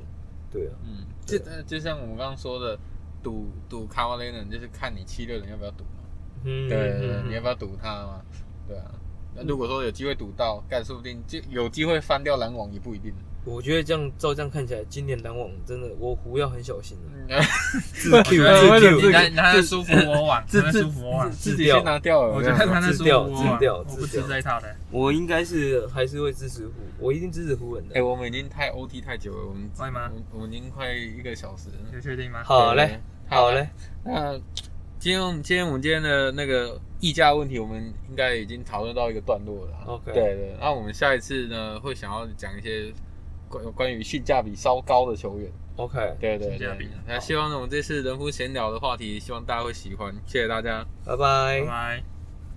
S1: 对啊，
S3: 嗯，
S1: 对
S3: 就呃就像我们刚刚说的，赌赌卡瓦雷人就是看你七六人要不要赌嘛，
S1: 嗯，
S3: 对对对，
S1: 嗯
S3: 你要不要赌他嘛？对啊，那如果说有机会赌到，干说不定就有机会翻掉篮网也不一定。
S1: 我觉得这样照这样看起来，今年篮网真的我胡要很小心了，自
S2: 我
S1: Q
S2: 觉
S1: 自
S2: 得
S3: 这个
S2: 你
S1: Q
S2: 拿拿的舒服我往，
S3: 这
S2: 拿
S3: 这
S2: 舒服我往。
S3: 自己去拿掉了，
S2: 我觉 得他那舒服我
S1: 自掉
S2: 往，我不
S1: 自掉
S2: 吃这一套的。
S1: 我应该是还是会支持湖，我一定支持湖人
S3: 哎，
S1: 的。
S3: 我们已经太 OT 太久了，我们
S2: 会吗
S3: 我们我们已经快一个小时了。
S2: 有确定吗？
S1: 啊好嘞，好嘞，
S3: 那今天我们今天我们今天的那个议价问题，我们应该已经讨论到一个段落了啊。
S1: OK
S3: 对对，那我们下一次呢，会想要讲一些关关于性价比稍高的球员。
S1: ，OK，
S3: 对对
S2: 性价
S3: 对
S2: 比，啊
S3: 那
S2: 好
S3: 希望我们这次人夫闲聊的话题，希望大家会喜欢，谢谢大家。
S1: 拜
S2: 拜
S1: 拜。
S2: 拜。